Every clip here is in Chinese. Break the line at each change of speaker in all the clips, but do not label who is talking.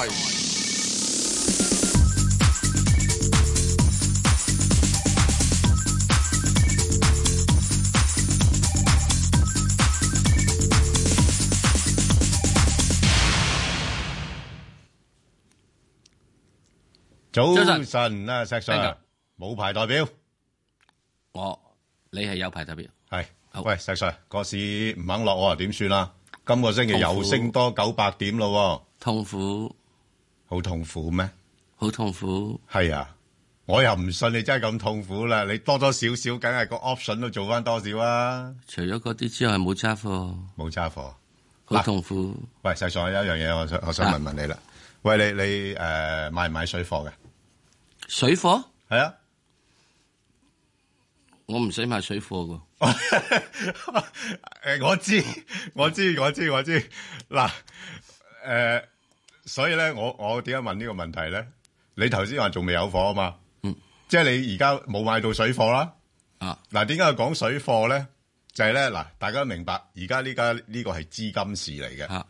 noise.
Chào
Chào
sớm,
sớm.
à, 啊 Sir,
Thank you.
冇牌代表
我你係有排特別，
係。
好。
喂，Sir，個市唔肯落喎，點算啊？今個星期
痛
又
苦
升多九百點咯
痛苦
喎，好痛苦咩？
好痛苦，
係啊，我又唔信你真係咁痛苦啦。你多多少少，梗係個 option 都做翻多少啊？
除咗嗰啲之外冇揸貨，
冇揸貨。
好
嗱
痛苦。
喂，世上有一樣嘢，我想我
啊
想問問你啦。喂，你你誒、呃、買唔買水貨嘅？
水貨
係啊，
我唔使買水貨噶，
誒呃我知，我知，我知，我知。嗱誒、呃所以咧，我我點解問呢個問題咧？你頭先話仲未有貨啊嘛？
嗯，
即係你而家冇買到水貨啦。
啊
嗱，點解我講水貨咧？就係咧，嗱，大家明白，而家呢家呢個係資金市嚟嘅。
啊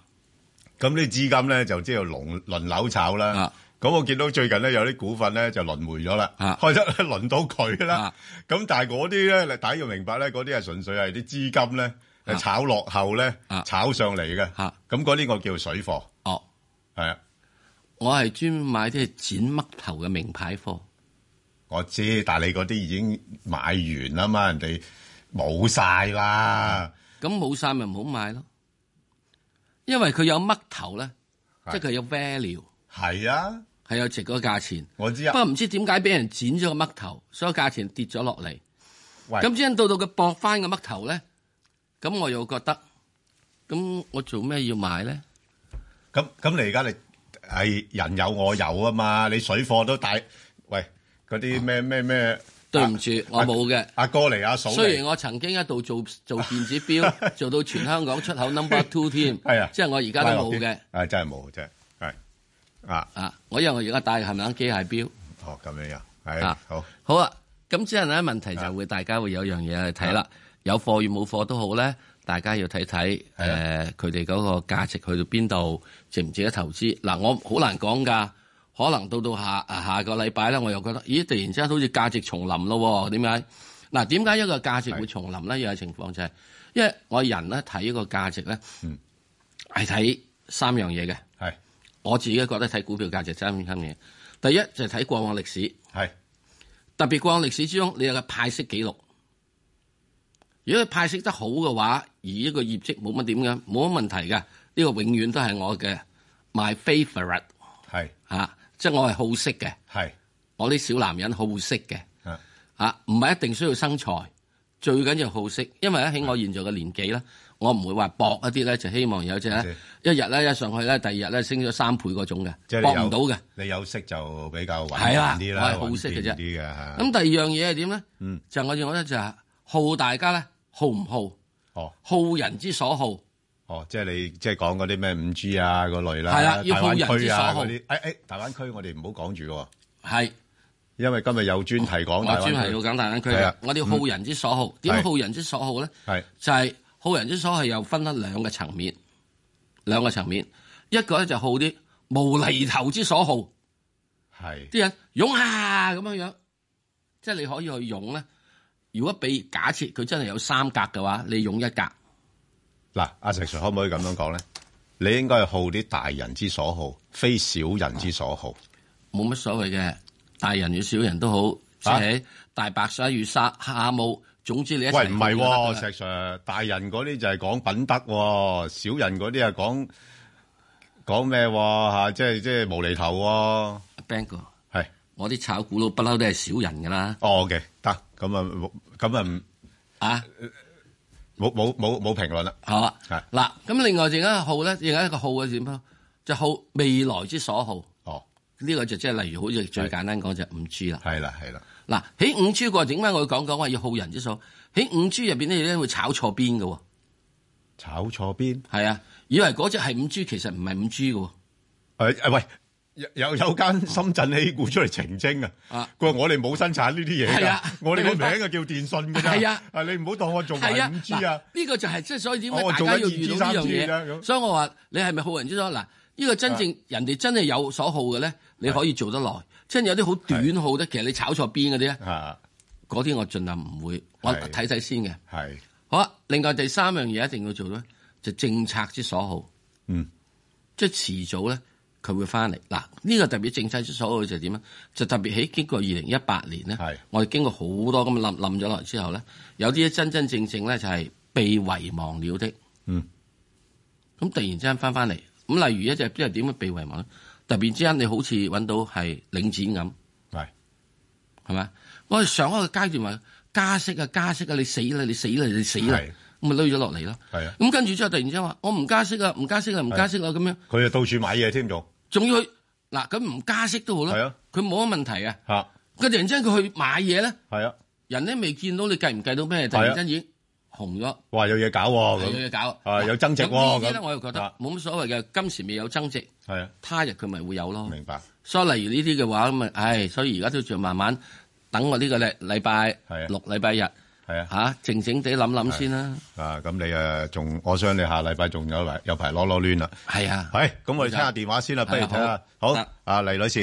咁呢資金咧就知道輪輪流炒啦
啊。
咁我見到最近咧有啲股份咧就輪回咗啦，
啊
開始輪到佢啦
啊。
咁但係嗰啲咧，你大家要明白咧，嗰啲係純粹係啲資金咧
啊
係炒落後咧
啊
炒上嚟嘅。
啊
咁嗰啲我叫水貨，
哦，
係啊，
我係專門買啲係剪嘜頭嘅名牌貨，
我知，但係你嗰啲已經買完啦嘛，人哋冇晒啦。
咁冇晒咪唔好買咯，因為佢有嘜頭咧，
係
即係佢有 value，
係啊，
係有值嗰個價錢。
我知
不
啊。
過唔知點解俾人剪咗個嘜頭，所以價錢跌咗落嚟。
喂
咁之後到到佢搏翻個嘜頭咧，咁我又覺得，咁我做咩要買咧？
咁咁你而家你係人有我有啊嘛，你水貨都帶喂嗰啲咩咩咩
對唔住，我冇嘅。
阿哥嚟阿嫂
雖然
嚟，
我曾經一度做做電子錶，做到全香港出口 number two 添，
係啊
即係我而家都冇嘅。
啊真係冇真係係啊
啊，我因為我而家戴係咪啱機械錶？
哦咁樣樣係
啊
好
好啊，咁之後咧問題
啊
就會大家會有樣嘢去睇啦，有貨與冇貨都好咧，大家要睇睇
係啊
誒佢哋嗰個價值去到邊度，值唔值得投資？嗱，我好難講㗎，可能到到下啊下個禮拜咧，我又覺得，咦，突然之間好似價值重臨咯喎，點解？嗱，點解一個價值會重臨咧？有個情況就係、因為我人咧睇一個價值咧
嗯，
係睇三樣嘢嘅，
係
我自己覺得睇股票價值三樣嘢，第一就係睇過往歷史。
係
特別過往歷史之中，你有個派息記錄。如果佢派息得好嘅話，而一個業績冇乜點嘅，冇乜問題嘅，呢、個永遠都係我嘅 my favourite
係
嚇、啊即係我係好色嘅，
係
我啲小男人好色嘅
啊
嚇，唔係一定需要生財，最緊要好色，因為咧喺我現在嘅年紀咧，我唔會話搏一啲咧，就希望有隻咧一日咧一上去咧，第二日咧升咗三倍嗰種
即係
嘅，
你
搏
有
唔到嘅。
你有息就比較穩
係啦
健啲啦，
我係好息嘅啫
穩健啲嘅嚇
咁第二樣嘢係點咧？
嗯
就我認為咧就係好大家咧好唔好？
哦
好人之所好，
哦，即係你即係講嗰啲咩五 G 啊嗰類啦，
係啦要
大
好人之
灣區啊
所好
嗰啲，誒誒大灣區我哋唔好講住喎，
係
因為今日有專題
我
講大
專係
灣
要
區，
講大灣區
係啊
嘅。我哋要好人之所好，點
係
好人之所好咧？
係
就係好人之所好又分得兩個層面，兩個層面，一個咧就好啲無厘頭之所好，
係
啲人湧啊咁樣樣，即係你可以去湧咧。如果俾假設佢真係有三格嘅話，你湧一格。
嗱，阿石 Sir 可唔可以咁樣講咧？你應該係好啲大人之所好，非小人之所好。
冇乜所謂嘅，大人與小人都好，即
啊
係大白鯊與沙蛤蟆，總之你嗯一齊
喂，唔係
好
喎，
就
石
得㗎啦啊
Sir，大人嗰啲就係講品德喎，小人嗰啲係講講咩喎嚇？即係即係無厘頭喎。
Bang 哥，
係，
我啲炒股佬不嬲都係小人㗎啦，
哦，OK，得，咁啊，冇咁啊，唔
啊，
冇冇冇冇評論啦。
好啊
係，
嗱，咁另外另一個好咧，另一個好嘅點咧，就好未來之所好，
哦，
呢、個就即係例如好似最簡單講就五 G 啦。
係啦，係啦，
嗱，喺五 G 過點解我會講講話要好人之所好？喺五 G 入邊啲嘢咧會炒錯邊嘅喎，
炒錯邊？
係啊，以為嗰只係五 G，其實唔係五 G 嘅喎。
誒誒，喂，有有有間深圳起股出嚟澄清啊！
啊
佢話我哋冇生產呢啲嘢
係
㗎
啊，
我哋個
你明白
名啊叫電信㗎咋。
係啊
啊，你唔好當我做埋
係啊，
五 G
嗱
啊。
呢個就係即係所以點解
哦
大
做緊
家要遇到呢樣
二 G 三 G 啦
嘢？
咁啊
所以我話你係咪好人之所？嗱，呢個真正人哋真係有所好嘅咧，你可以做得耐。真係有啲好短好咧，其實你炒錯邊嗰啲咧，
啊，
嗰啲我盡量唔會，我
係
睇睇先嘅。
係，
好啊，另外第三樣嘢一定要做咧，就政策之所好，
嗯，
即係遲早咧佢會翻嚟。嗱，呢個特別政策之所好就係點咧？就特別喺經過二零一八年
係
咧，我哋經過好多咁冧冧咗落嚟之後咧，有啲真真正正咧就係被遺忘了的。
嗯，
咁突然之間翻翻嚟，咁例如一隻即係點樣被遺忘咧？突然之間你好似揾到係領展咁。
係，
係咪？我哋上一個階段話加息啊，加息啊，你死啦，你死啦，你死啦
係，
咁咪攞咗落嚟咯。
係啊，
咁跟住之後，突然之間話我唔加息啊，唔加息啊，唔加息啊，咁樣，
佢就到處買嘢添仲，
仲要去嗱，咁唔加息都好
係
啦
啊，
佢冇乜問題啊。
嚇，
佢突然之間佢去買嘢咧，
係啊，
人咧未見到你計唔計到咩，突然間已經紅咗，
哇，有嘢搞喎
有
啊哦咁，
嘢搞。
啊有增值喎
咁呢啲咧
咁
我又覺得
啊
冇乜所謂嘅，今時未有增值，
係啊，
他日佢咪會有咯。
明白，
所以例如呢啲嘅話咁咪，唉，所以而家都仲慢慢等我呢個禮禮拜
係啊
六禮拜日。
係啊。
吓，靜靜地諗諗先啦。
啊，咁你誒仲，我想你下禮拜仲有排有排攞攞攣啦。
係啊，
係，咁我哋聽下電話先啦，不如睇下。好
得，
啊黎女士，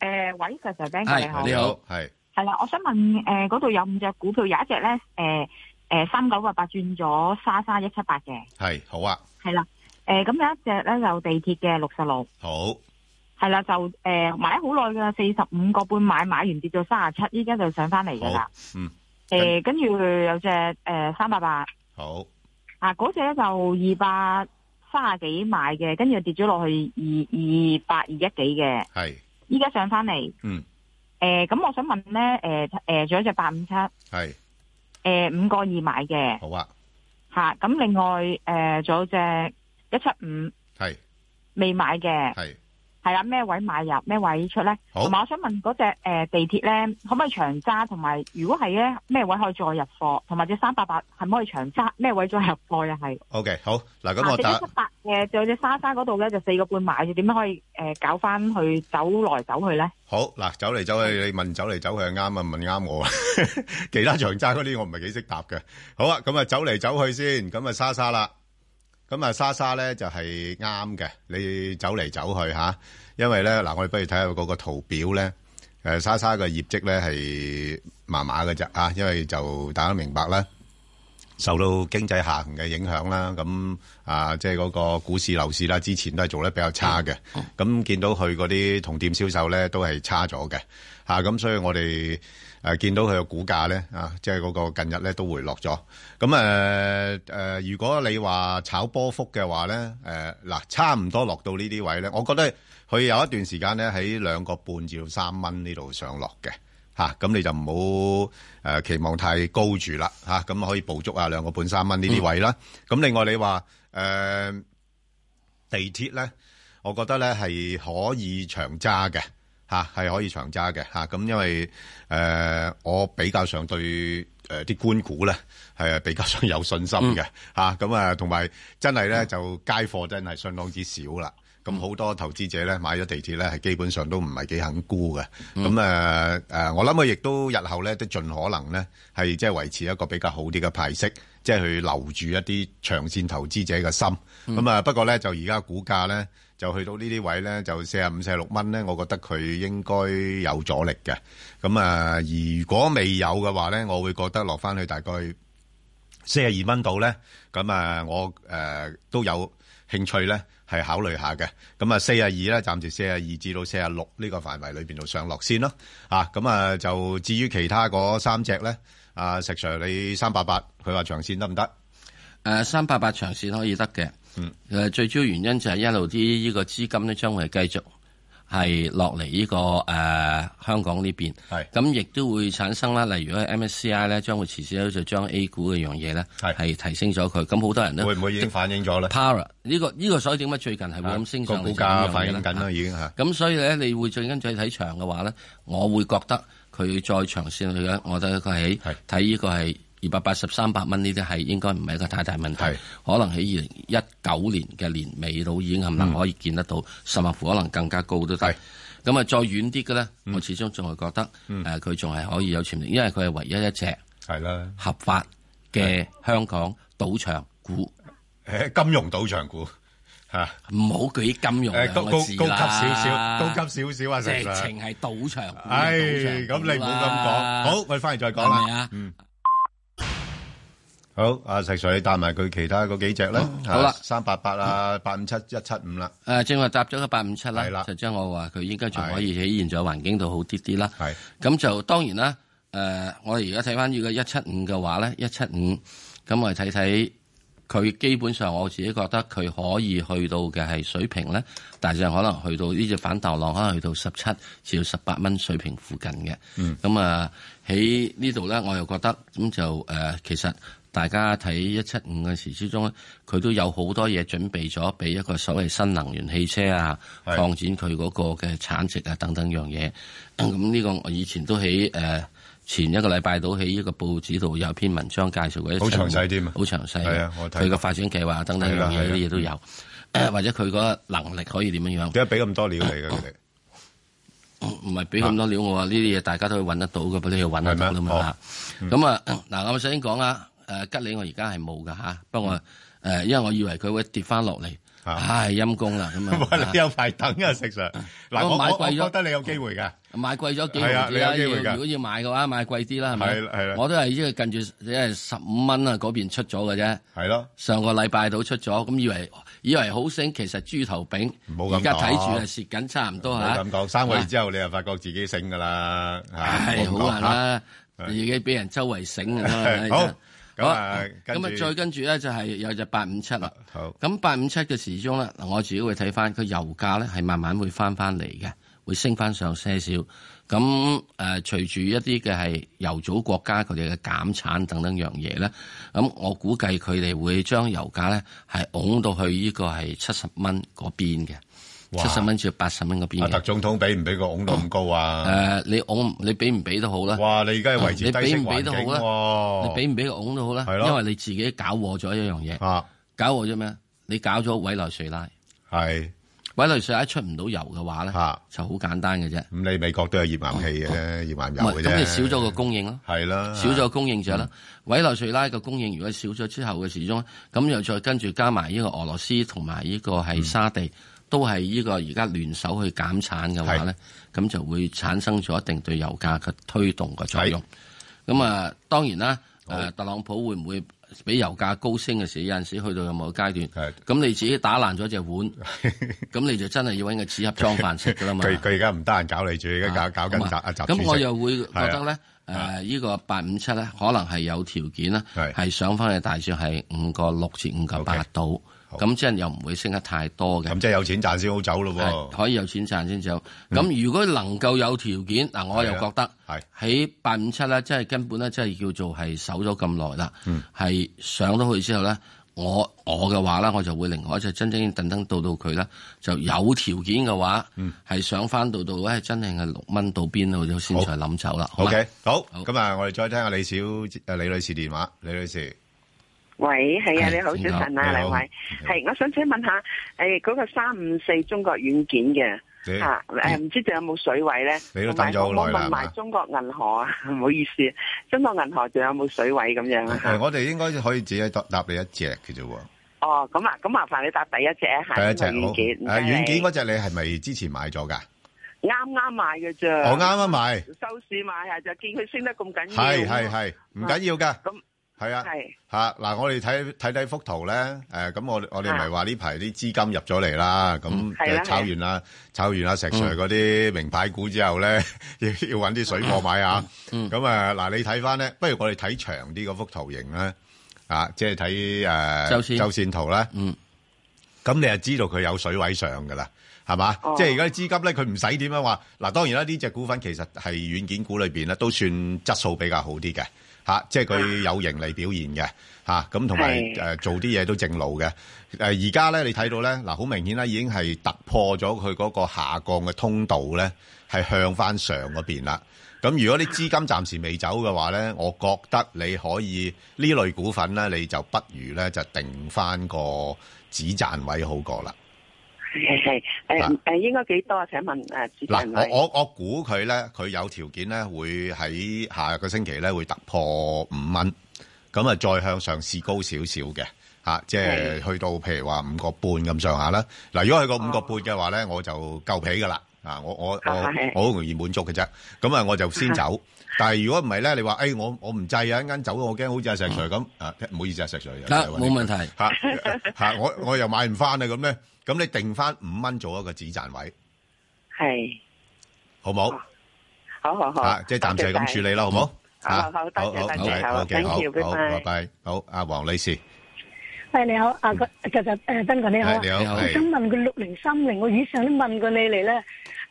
诶，呃喂，Sir Sir Ben
係
你好，
你好，
係
系啦，我想問诶，嗰度有五隻股票，有一隻咧，诶诶三九八八轉咗莎莎一七八嘅，
係好啊，
係啦，诶咁有一隻咧就地鐵嘅六十六，
好
係啦就诶買咗好耐㗎，四十五個半買，買完跌到三十七，依家就上翻嚟㗎啦
好，，嗯，
诶跟住有隻诶三八八
好
啊，嗰隻咧就二百三十幾買嘅，跟住跌咗落去二二百二一幾嘅，
係
依家上翻嚟，
嗯，
诶咁我想問咧，诶诶仲有一隻八五七。
係
诶呃五個二買嘅
好啊，
吓，咁、另外诶仲、有隻一七五
係
未買嘅，
係
係啦，咩位買入，咩位出咧？
好
同埋我想問嗰隻诶地鐵咧，可唔可以長揸？同埋如果係咧，咩位可以再入貨？同埋隻三八八係唔可以長揸？咩位再入貨又係？
，OK，好嗱，咁
啊，
我
隻
答
一七八嘅，仲有隻莎莎嗰度咧，就四個半買嘅，點樣可以诶、呃搞翻去走來走去咧？
好嗱，走嚟走去，你問走嚟走去係啱啊，問啱我 啊，其他長揸嗰啲我唔係幾識答嘅。好啊，咁啊走嚟走去先，咁啊莎莎啦。咁啊，莎莎咧就係啱嘅，你走嚟走去吓，因為咧嗱，我哋不如睇下嗰個圖表咧，誒莎莎嘅業績咧係麻麻嘅啫啊，因為就大家都明白啦，受到經濟下行嘅影響啦，咁啊即係嗰個股市、樓市啦，之前都係做得比較差嘅，嗯咁見到佢嗰啲同店銷售咧都係差咗嘅嚇，咁、所以我哋誒見到佢嘅股價咧啊，即係嗰個近日咧都回落咗。咁誒誒，如果你話炒波幅嘅話咧，誒、嗱，差唔多落到呢啲位咧，我覺得佢有一段時間咧喺兩個半至到三蚊呢度上落嘅嚇，咁、你就唔好誒期望太高住啦嚇，咁、可以捕捉啊兩個半三蚊呢啲位啦。咁、另外你話誒、地鐵咧，我覺得咧係可以長揸嘅。嚇係可以長揸嘅嚇，咁因為誒、我比較上對誒啲、官股咧係比較上有信心嘅嚇，咁啊同埋真係咧就街貨真係相當之少啦。咁好多投資者咧買咗地鐵咧，係基本上都唔係幾肯沽嘅。咁誒誒，我諗啊佢亦都日後咧都盡可能咧係即係維持一個比較好啲嘅派息，即係去留住一啲長線投資者嘅心。咁啊、不過咧就而家股價咧就去到呢啲位咧，就四十五、四十六蚊咧，我覺得佢應該有阻力嘅。咁啊，如果未有嘅話咧，我會覺得落翻去大概四十二蚊度咧，咁啊，我誒、呃都有興趣咧，係考慮下嘅。咁啊，四十二咧，暫時四十二至到四十六呢個範圍裏邊度上落先咯。啊，咁啊，就至於其他嗰三隻咧，啊，石 Sir 你三八八，佢話長線得唔得？
誒三八八長線可以得嘅。
啊嗯
誒最主要原因就係一路啲呢個資金咧將會繼續係落嚟呢個誒香港呢邊。
係
咁亦都會產生啦，例如喺 MSCI 咧將會遲啲咧就將 A 股嘅樣嘢咧
係
係提升咗佢。咁好多人咧
會唔會已經反映咗咧？
para 呢個呢個所以點解最近係會咁升
個
上嚟
啊股
就
價
係咁樣嘅
反映緊啦，已經嚇。
咁所以咧，你會最跟住睇長嘅話咧，我會覺得佢再長線去咧，我覺得佢
係
喺睇呢個係二百八十三百蚊呢啲係應該唔係一個太大問
係
題，可能喺二零一九年嘅年尾到已經冚能可以見得到，甚至乎可能更加高都得
係。嗯
咁啊，再遠啲嘅咧，我始終仲係覺得誒佢仲係可以有潛力，因為佢係唯一一隻
係啦，
合法嘅香港賭場股。
誒金融賭場股吓，
唔好舉金融
诶
兩
高
個
高高
字
級
啦
少少，高級少少啊，
直
石 Sir。
情係賭場股，
唉，
賭場股
咁你唔好咁
啦
講。好，，我哋翻嚟再講
係咪
啦。
啊？
好，阿石 Sir，你帶埋佢其他嗰幾隻啦。
好啦
三八八啊，八五七一七五啦，
誒，正話答咗個八五七
係
啦
啦，
就將我話佢應該仲可以喺現在環境度好啲啲啦。
係
咁就當然啦，誒、我哋而家睇翻呢個一七五嘅話咧，一七五咁我哋睇睇佢基本上我自己覺得佢可以去到嘅係水平咧，但係就可能去到呢只反彈浪可能去到十七至到十八蚊水平附近嘅。
嗯，
咁啊喺呢度咧，我又覺得咁就誒、呃其實。大家睇一七五嘅時之中咧，佢都有好多嘢準備咗俾一個所謂新能源汽車啊，
係
擴展佢嗰個嘅產值啊等等樣嘢。咁呢個我以前都喺誒、呃前一個禮拜到喺呢個報紙度有篇文章介紹過一
好
七五
詳細添啊
好詳細
係啊我睇
佢
過
嘅發展計劃等等樣
係啦嗯
嘢
係啦
啲嘢都有，或者佢嗰個能力可以點樣
點。
樣
解俾咁多料 嚟嘅佢哋？
唔係俾咁多料我話呢啲嘢大家都去揾得到嘅，俾你去揾得到啦
係咩
嘛
哦
嚇咁啊，嗱我首先講啦，誒呃吉利我而家係冇㗎嚇，不過誒因為我以為佢會跌翻落嚟，
啊
唉陰公啦咁
哇！你
啊，
有排等啊，石 Sir。嗱，
我
我
買
我我
貴咗
覺得你有機會㗎。
買貴咗幾
係啊
毫子啦，
你有機會㗎
要如果要買嘅話買貴啲啦，係
係啦係
咪
啦？
我都係因為近住即係十五蚊啊嗰邊出咗嘅啫，
係咯，
上個禮拜到出咗，咁以為以為好醒，其實豬頭餅，
唔好
而
咁
家睇
講
住係蝕緊差唔
唔
多
好
嚇。
咁講。三個月之後，你就發覺自己醒㗎啦。嚇
唉，
唔
好
講。
難啦，已經俾人周圍醒㗎啦真係
好咁啊
好
跟
咁啊
住，
再跟住咧就係有隻八五七啦。
好
咁八五七嘅時鐘咧，嗱我自己會睇翻佢油價咧係慢慢會翻翻嚟嘅，會升翻上些少。咁誒、呃，隨住一啲嘅係油組國家佢哋嘅減產等等樣嘢咧，咁我估計佢哋會將油價咧係拱到去呢個係七十蚊嗰邊嘅，
哇啊
七十蚊至八十蚊嗰邊
阿
嘅
特。總統俾唔俾個拱到咁高
誒、
啊？
你拱你俾唔俾都好啦。
哇！你而家係維持
你
低息
俾唔俾
環
都
境
好啦
喎。
你俾唔俾個拱都好啦，
係咯
因為你自己搞禍咗一樣嘢，
啊？
搞禍咗咩？你搞咗委內瑞拉，
係
委內瑞拉出唔到油嘅話咧，
嚇。
就好簡單嘅啫。
咁你美國都有頁岩氣嘅，頁岩油
唔
嘅
係
啫。啊嗯
咁你少咗個供應咯，
係啦，
少咗個供應就係啦。委內瑞拉嘅供應如果少咗之後嘅時鐘，咁又再跟住加埋呢個俄羅斯同埋呢個
嗯
係沙地，都係呢個而家聯手去減產嘅話咧，咁就會產生咗一定對油價嘅推動嘅作用。咁啊，當然啦，誒，特朗普會唔會俾油價高升嘅時，有陣時去到有某個階段？
係
咁你自己打爛咗隻碗， 咁你就真係要揾個紙盒裝飯食噶啦嘛。
佢佢而家唔得閒搞你住，而家搞搞緊
咁
習
啊
阿習
咁
主
我
席。
又會覺
啊
得咧，誒呢個八五七咧，可能係有條件啦，
係
係上翻去大致係五個六至五個八
OK，
度，
好
咁即係又唔會升得太多嘅
咁。即係有錢賺先好走咯
係
喎。嗯
可以有錢賺先走。咁如果能夠有條件，嗱，我又覺得
係啊
喺八五七咧，即係根本咧，即係叫做係守咗咁耐啦
嗯，
係上到去之後咧，我我嘅話咧，我就會另外一隻真真正正到到佢咧，就有條件嘅話，
嗯
係上翻到到咧，真係係六蚊到邊度先
好
再諗走啦。好
O
嘛
K，好。
好
咁啊，我哋再聽下李小誒李女士電話。李女士，
喂，系啊，
係
你好，
你
早
好
晨啊，
你好
兩位，係，我想請問下，诶，嗰個三五四中國軟件嘅
你
吓，诶，唔知仲有冇水位咧？
你都等咗好耐
同埋我
啦
問埋
係嘛
中國銀行啊， 唔好意思，中國銀行仲有冇水位咁樣
誒
啊？
我哋應該可以自己答答你一隻嘅啫喎。
哦，咁啊，咁麻煩你答第一隻吓，
第一隻
中國
好。
軟件，
誒
唔該你
軟件嗰隻你係咪之前買咗㗎？
啱啱買嘅啫，
我啱啱買，
收市買啊，就見佢升得咁緊
係
要，
係係，唔緊要㗎。
咁
係啊。
係
吓嗱，我哋睇睇睇幅圖咧，誒、咁我我哋
啊
咪話呢排啲資金入咗嚟啦，咁
係啦
就炒完啦，炒完啦石 Sir 嗰啲名牌股之後咧， 要要揾啲水貨買下，
嗯
咁啊嗱，你睇翻咧，不如我哋睇長啲嗰幅圖形咧，啊，即係睇誒
周線
周線圖咧，
嗯，
咁你就知道佢有水位上噶啦。係嘛？
哦
即係而家啲資金咧，佢唔使點樣話。嗱，當然啦，呢只股份其實係軟件股裏邊咧，都算質素比較好啲嘅嚇，即係佢有盈利表現嘅嚇，咁同埋
係
誒做啲嘢都正路嘅。誒而家咧，你睇到咧，嗱，好明顯啦，已經係突破咗佢嗰個下降嘅通道咧，係向翻上嗰邊啦。咁如果啲資金暫時未走嘅話咧，我覺得你可以呢類股份咧，你就不如咧就定翻個止賺位好過啦。
係係
嗱
誒誒，應該幾多啊？請問诶，主持
嗱，
人
我
位
我我估佢咧，佢有條件咧，會喺下個星期咧會突破五蚊，咁啊再向上試高少少嘅嚇，即係去到譬如話五個半咁上下啦。嗱，如果去到五個半嘅話咧，我就夠皮噶啦。啊，我我我
係
我好容易滿足嘅啫。咁啊，我就先走。但係如果唔係咧，你話誒我我唔制啊，一陣間走我驚好似阿石 Sir 咁啊，唔好意思啊，石 Sir 又。
得
又
冇問題。
嚇嚇，我我又買唔翻啦咁咧，咁你定翻五蚊做一個止賺位，
系，
好冇？
好好好，
啊，即係暫時係咁處理啦，好冇？
好
啊
好多謝
好好
多謝
好
好
，OK，
thank
好
you，拜
好
拜
拜拜，好，阿黃女士，
喂，你好，啊，就就诶，斌哥你
嗯
好
係
啊，
你
我
好，
你好
係
想問佢六零三零，我以上都問過你嚟咧，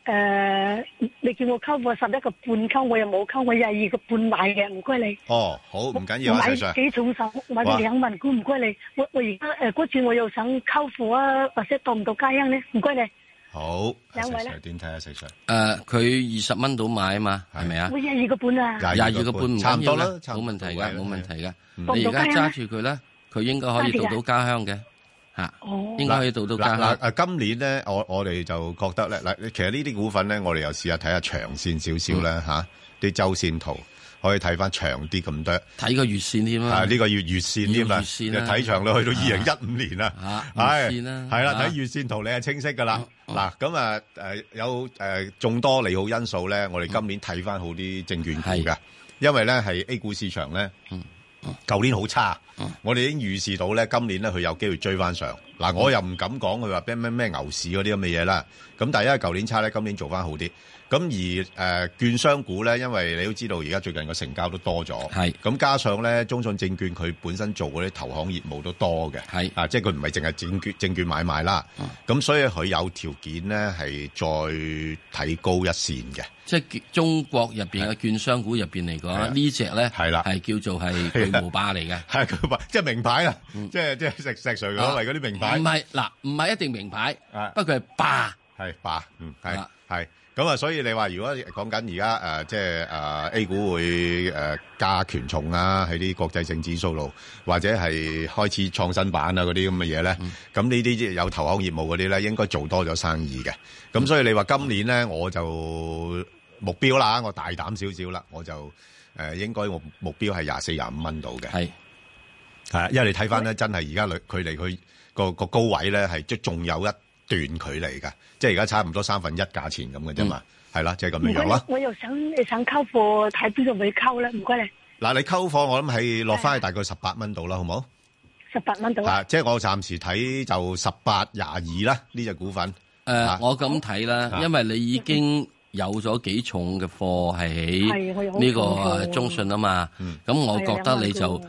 诶、你叫我溝我十一個半溝，我又冇溝，我廿二個半買嘅，唔該你。
哦，好，唔緊要啊，
買
石 Sir，
幾重手，買
哇
咗兩萬股，唔該你。我我而家诶嗰次我又想溝貨啊，或者當唔到家欣咧，唔該
啊
你。
好，阿石
兩位
Sir
呢
點睇啊，石 Sir？
誒，佢二十蚊到買啊嘛，係咪啊？
我廿二個半啊，
廿二個半唔
差
緊
唔
要
多
啦
啦，，差
冇
唔多
問題㗎，冇問題㗎。
嗯
你而家揸住佢咧，佢應該可以到到家鄉嘅，嚇，
哦，
應該可以到到家
嗱嗱，
鄉。
啊今年咧，我我哋就覺得咧，嗱，其實呢啲股份咧，我哋又試下睇下長線少少
嗯
啦吓，啲周線圖可以睇翻長啲咁多，
睇個月線添
啊
啦，
呢個月月線添啦，
要月線啦
睇長到去到二零一五年啦。
嚇月線啦，
係啦，
嚇
睇月線圖你係清晰㗎啦。
嗯
嗱，咁啊誒有誒眾多利好因素咧，我哋今年睇翻好啲證券股㗎，因為咧係 A 股市場咧
嗯，
舊年好差
嗯，
我哋已經預示到咧，今年咧佢有機會追翻上。嗱，我又唔敢講佢話咩咩咩牛市嗰啲咁嘅嘢啦。咁但係因為舊年差咧，今年做翻好啲。咁而誒券商股咧，因為你都知道而家最近個成交都多咗，
係
咁加上咧中信證券佢本身做嗰啲投行業務都多嘅。
係
啊，即係佢唔係淨係證券證券買賣啦，咁、所以佢有條件咧係再提高一線嘅，
即係中國入邊嘅券商股入邊嚟
係啊
講，呢只咧
係啊啦
係叫做係巨無霸嚟嘅。
係佢話即係名牌啦，
嗯
即係即係石石 Sir
啊
所謂嗰啲名牌
唔，係嗱，唔係一定名牌
啊，
不過係霸。
係吧？嗯，係
啊
係咁啊，所以你話如果講緊而家誒，呃即係誒 A 股會誒加權重啊，喺啲國際性指數度，或者係開始創新版啊嗰啲咁嘅嘢咧，咁呢啲即係有投行業務嗰啲咧，應該做多咗生意嘅。咁所以你話今年咧，我就目標啦，我大膽少少啦，我就。誒、應該我目標係廿四廿五蚊到嘅，
係
係啊，因為你睇翻咧，真係而家距距離佢個個高位咧，係即係仲有一段距離嘅，即係而家差唔多三分一價錢咁嘅啫嘛，係啦，即係咁
唔
樣
該
樣啦
你。。我又想想溝貨，睇邊個位溝咧，唔該你。
嗱，你溝貨我諗係落翻去大概十八蚊度啦，好冇？
十八蚊到啊，
啊，即係我暫時睇就十八廿二啦，呢只股份啊
誒，我咁睇啦
啊，
因為你已經有咗幾重嘅貨係
係我
喺
有好
呢個
重貨
誒中信啊嘛
嗯，
咁我
係啊
覺得你
兩
就
萬股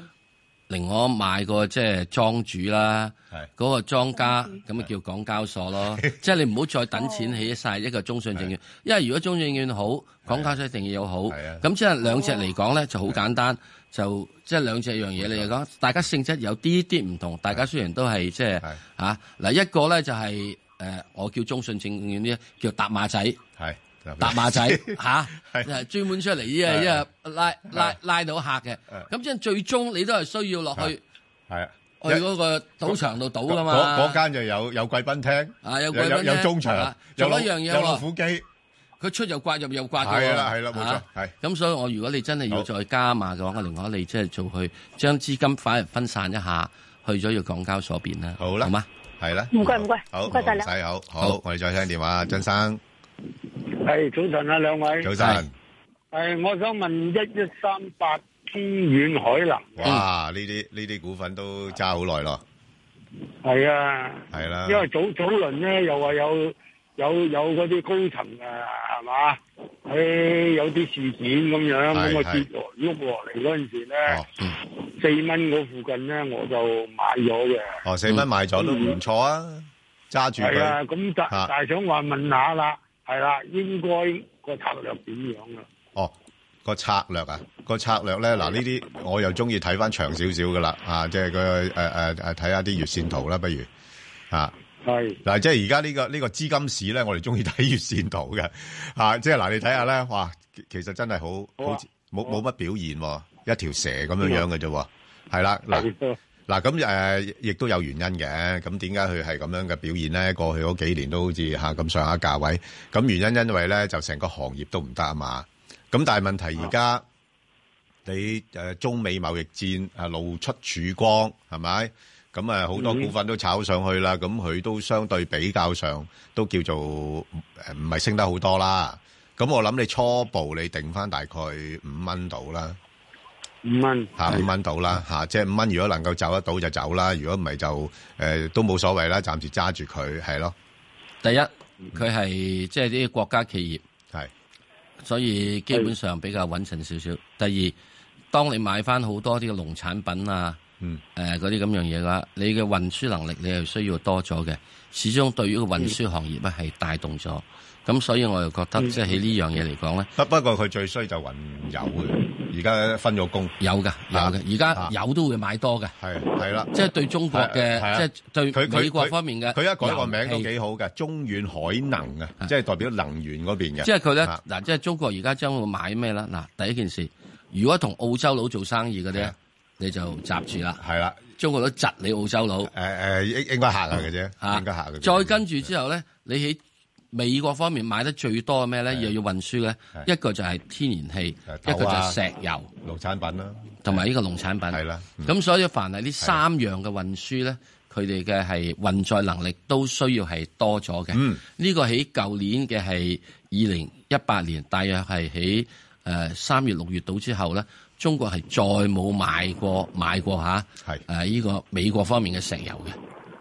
另我買個即係莊主啦。
係
嗰個莊家咁咪叫港交所 咯，即係你唔好再等錢起晒一個中信證券，因為如果中信證券好，港交所一定要好，
係啊
咁即係兩隻嚟講咧就好簡單，就即係兩隻樣嘢嚟講，大家性質有啲啲唔同，大家雖然都係即係
係
嚇嗱一個咧就係誒我叫中信證券呢叫搭 馬仔，
係
搭馬仔嚇
係，
專門出嚟依啊依啊拉拉拉到客嘅
係，
咁即係最終你都係需要落去
係啊，
去嗰個賭場度賭噶嘛，
嗰嗰間就有有貴賓廳，
啊，
有
有貴賓
有
廳
有中場
啊，
有
仲有
老
一樣嘢
有老
喎，
虎機，係
佢出又刮入又刮嘅喎
啦係啦，冇錯
啊，
係
咁所以我如果你真係要
好
再加碼嘅話，我寧可你即係做去將資金反而分散一下，去咗要港交所邊啦。
好啦
好嗎？
係啦。
唔該唔該
好，
唔該晒你
唔使好，
好
好，我哋再聽電話，曾生，
系早晨啊，两位。
早
係
晨。
诶，我想问一一三八天远海能，
哇！呢啲呢啲股份都揸好耐咯，
系啊，
係啦，
因为早早轮咧又话有有有嗰啲高层啊，系嘛，诶有啲事件咁样，
係
咁我
係
跌落喐落嚟嗰阵时咧，
哦
四蚊嗰附近咧我就买咗嘅。
哦四蚊買咗都唔錯啊，揸住
系
佢
嗯啊，咁但
啊
但系想话问下啦，系啦，应该个策略点样啊？
哦個策略啊，個策略咧嗱呢啲我又中意睇翻長少少噶啦啊，即係佢誒誒誒睇下啲月線圖啦，不如啊。
系
嗱，即係而家呢個呢、個資金市咧，我哋中意睇月線圖嘅，啊，即係嗱，你睇下咧，哇，其其實真係好
好啊
好似冇
好
冇乜表現喎，一條蛇咁樣樣嘅啫喎，係啦，嗱
係啊
嗱咁誒，亦都有原因嘅，咁點解佢係咁樣嘅表現咧？過去嗰幾年都好似嚇咁上下價位，咁原因因為咧就成個行業都唔得啊嘛，咁但係問題而家。你誒中美貿易戰啊露出曙光係咪？咁啊好多股份都炒上去啦，咁佢都相對比較上都叫做誒唔係升得好多啦。咁我諗你初步你定翻大概五蚊度啦，
五蚊。
嚇
係
五蚊度啦，嚇即係五蚊。如果能夠走得到就走啦，如果唔係就誒、都冇所謂啦，暫時揸住佢係咯，
第一，佢係即係啲國家企業，
係
所以基本上比較穩陣少少。第二，當你買翻好多啲農產品啊，
嗯
誒嗰啲咁樣嘢嘅話，你嘅運輸能力你係需要多咗嘅。始終對於個運輸行業咧係帶動咗，咁所以我又覺得
嗯
即係喺呢樣嘢嚟講咧，
不不過佢最衰就雲遊嘅，而家分咗工，
有㗎有嘅，而
啊
家有都會買多嘅。
係係啦。
即係對中國嘅，
係啊
即係對
佢佢
美國
佢
方面嘅，
佢一改個名都幾好嘅，中遠海能啊，即係代表能源嗰邊嘅。
即係佢咧
啊
嗱，即係中國而家將會買咩啦？嗱，第一件事，如果同澳洲佬做生意嗰啲
係
咧
啊，
你就閘住啦。
係啦，
中國佬窒你澳洲佬
誒誒，應應該嚇下嘅啫，
嚇
應該嚇嘅啫。
啊再跟住之後咧，你喺美國方面買得最多嘅咩咧？
係
又要運輸咧，
係
一個就係天然氣，
係
一個就
豆啊
係石油，
農產品啦，
同埋呢個農產品。
係啦，嗯
嗯咁所以凡係呢三樣嘅運輸咧，佢哋嘅係運載能力都需要係多咗嘅。
嗯
呢個喺舊年嘅係二零一八年，大約係喺誒三月六月度之後咧，中國係再冇買過買過嚇
係
誒呃呢個美國方面嘅石油嘅。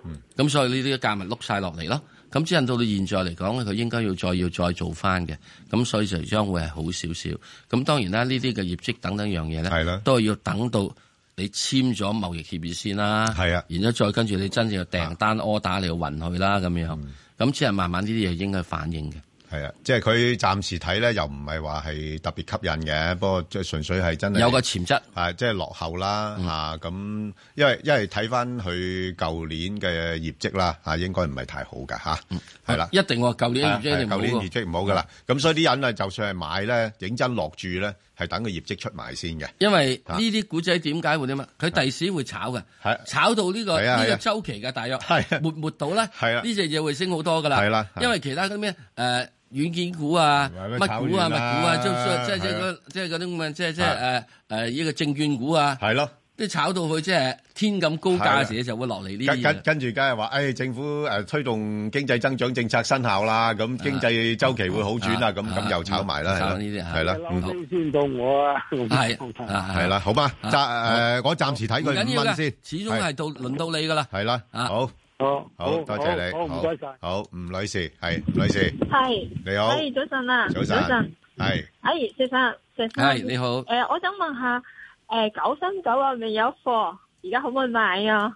嗯，
咁所以呢啲價咪碌晒落嚟咯。咁只能到到現在嚟講咧，佢應該要再要再做翻嘅，咁所以就將會係好少少。咁當然啦，呢啲嘅業績等等樣嘢咧，
係啦
都係要等到你簽咗貿易協議先啦。
係啊
然之後再跟住你真正嘅訂單 order 你要運去啦，咁樣。
嗯
咁只係慢慢呢啲嘢應該反映嘅。
係啊，即係佢暫時睇咧，又唔係話係特別吸引嘅，不過即係純粹係真係
有個潛質，
啊，即係落後啦
嗯
嚇。咁因為因為睇翻佢舊年嘅業績啦嚇，應該唔係太好㗎嚇，係啦。
一定喎，舊年業
係
績一定
舊
冇
年
喎
業績唔好噶啦，咁所以啲人啊，就算係買咧，認真落注咧，係等佢業績出埋先嘅。
因為
啊
呢啲股仔點解會點啊？佢第時會炒嘅
係，
炒到呢個
係啊係啊
呢個周期嘅大約
係啊
末末到咧，
係啊
呢只嘢會升好多噶啦。
係啦係
因為其他嗰啲咩誒軟件股啊、
係咪
乜股啊、
炒完
物股
啦
啊，即即即
係啊
嗰即係嗰啲咁嘅，即係即
係
係誒誒呢個證券股啊，
係咯，
都炒到佢即係天咁高
係啊
價時就會落嚟呢啲
跟跟
嘢。
跟住，梗係話，誒政府誒推動經濟增長政策生效啦，咁經濟周期會好轉啦，
啊
咁
啊
咁又炒埋啦，
炒呢
係
啲
啦
啊
係啦，
嬲
嗯
都先到我啊！
係啊
係啦，好嘛，
啊
暫誒我暫時睇
唔
佢
緊要
五
㗎
蚊先，
始終係到輪到你噶啦。
係啦，
啊
好
好，
好多謝你，
好唔該晒。
好吳女士係吳女士
系，
你好，
哎，早晨啊，
早晨
晨，
係
哎，石生，石
嗯
生，
係你好，
诶、我想问下，诶、九三九啊，未有货，而家可唔可以买啊？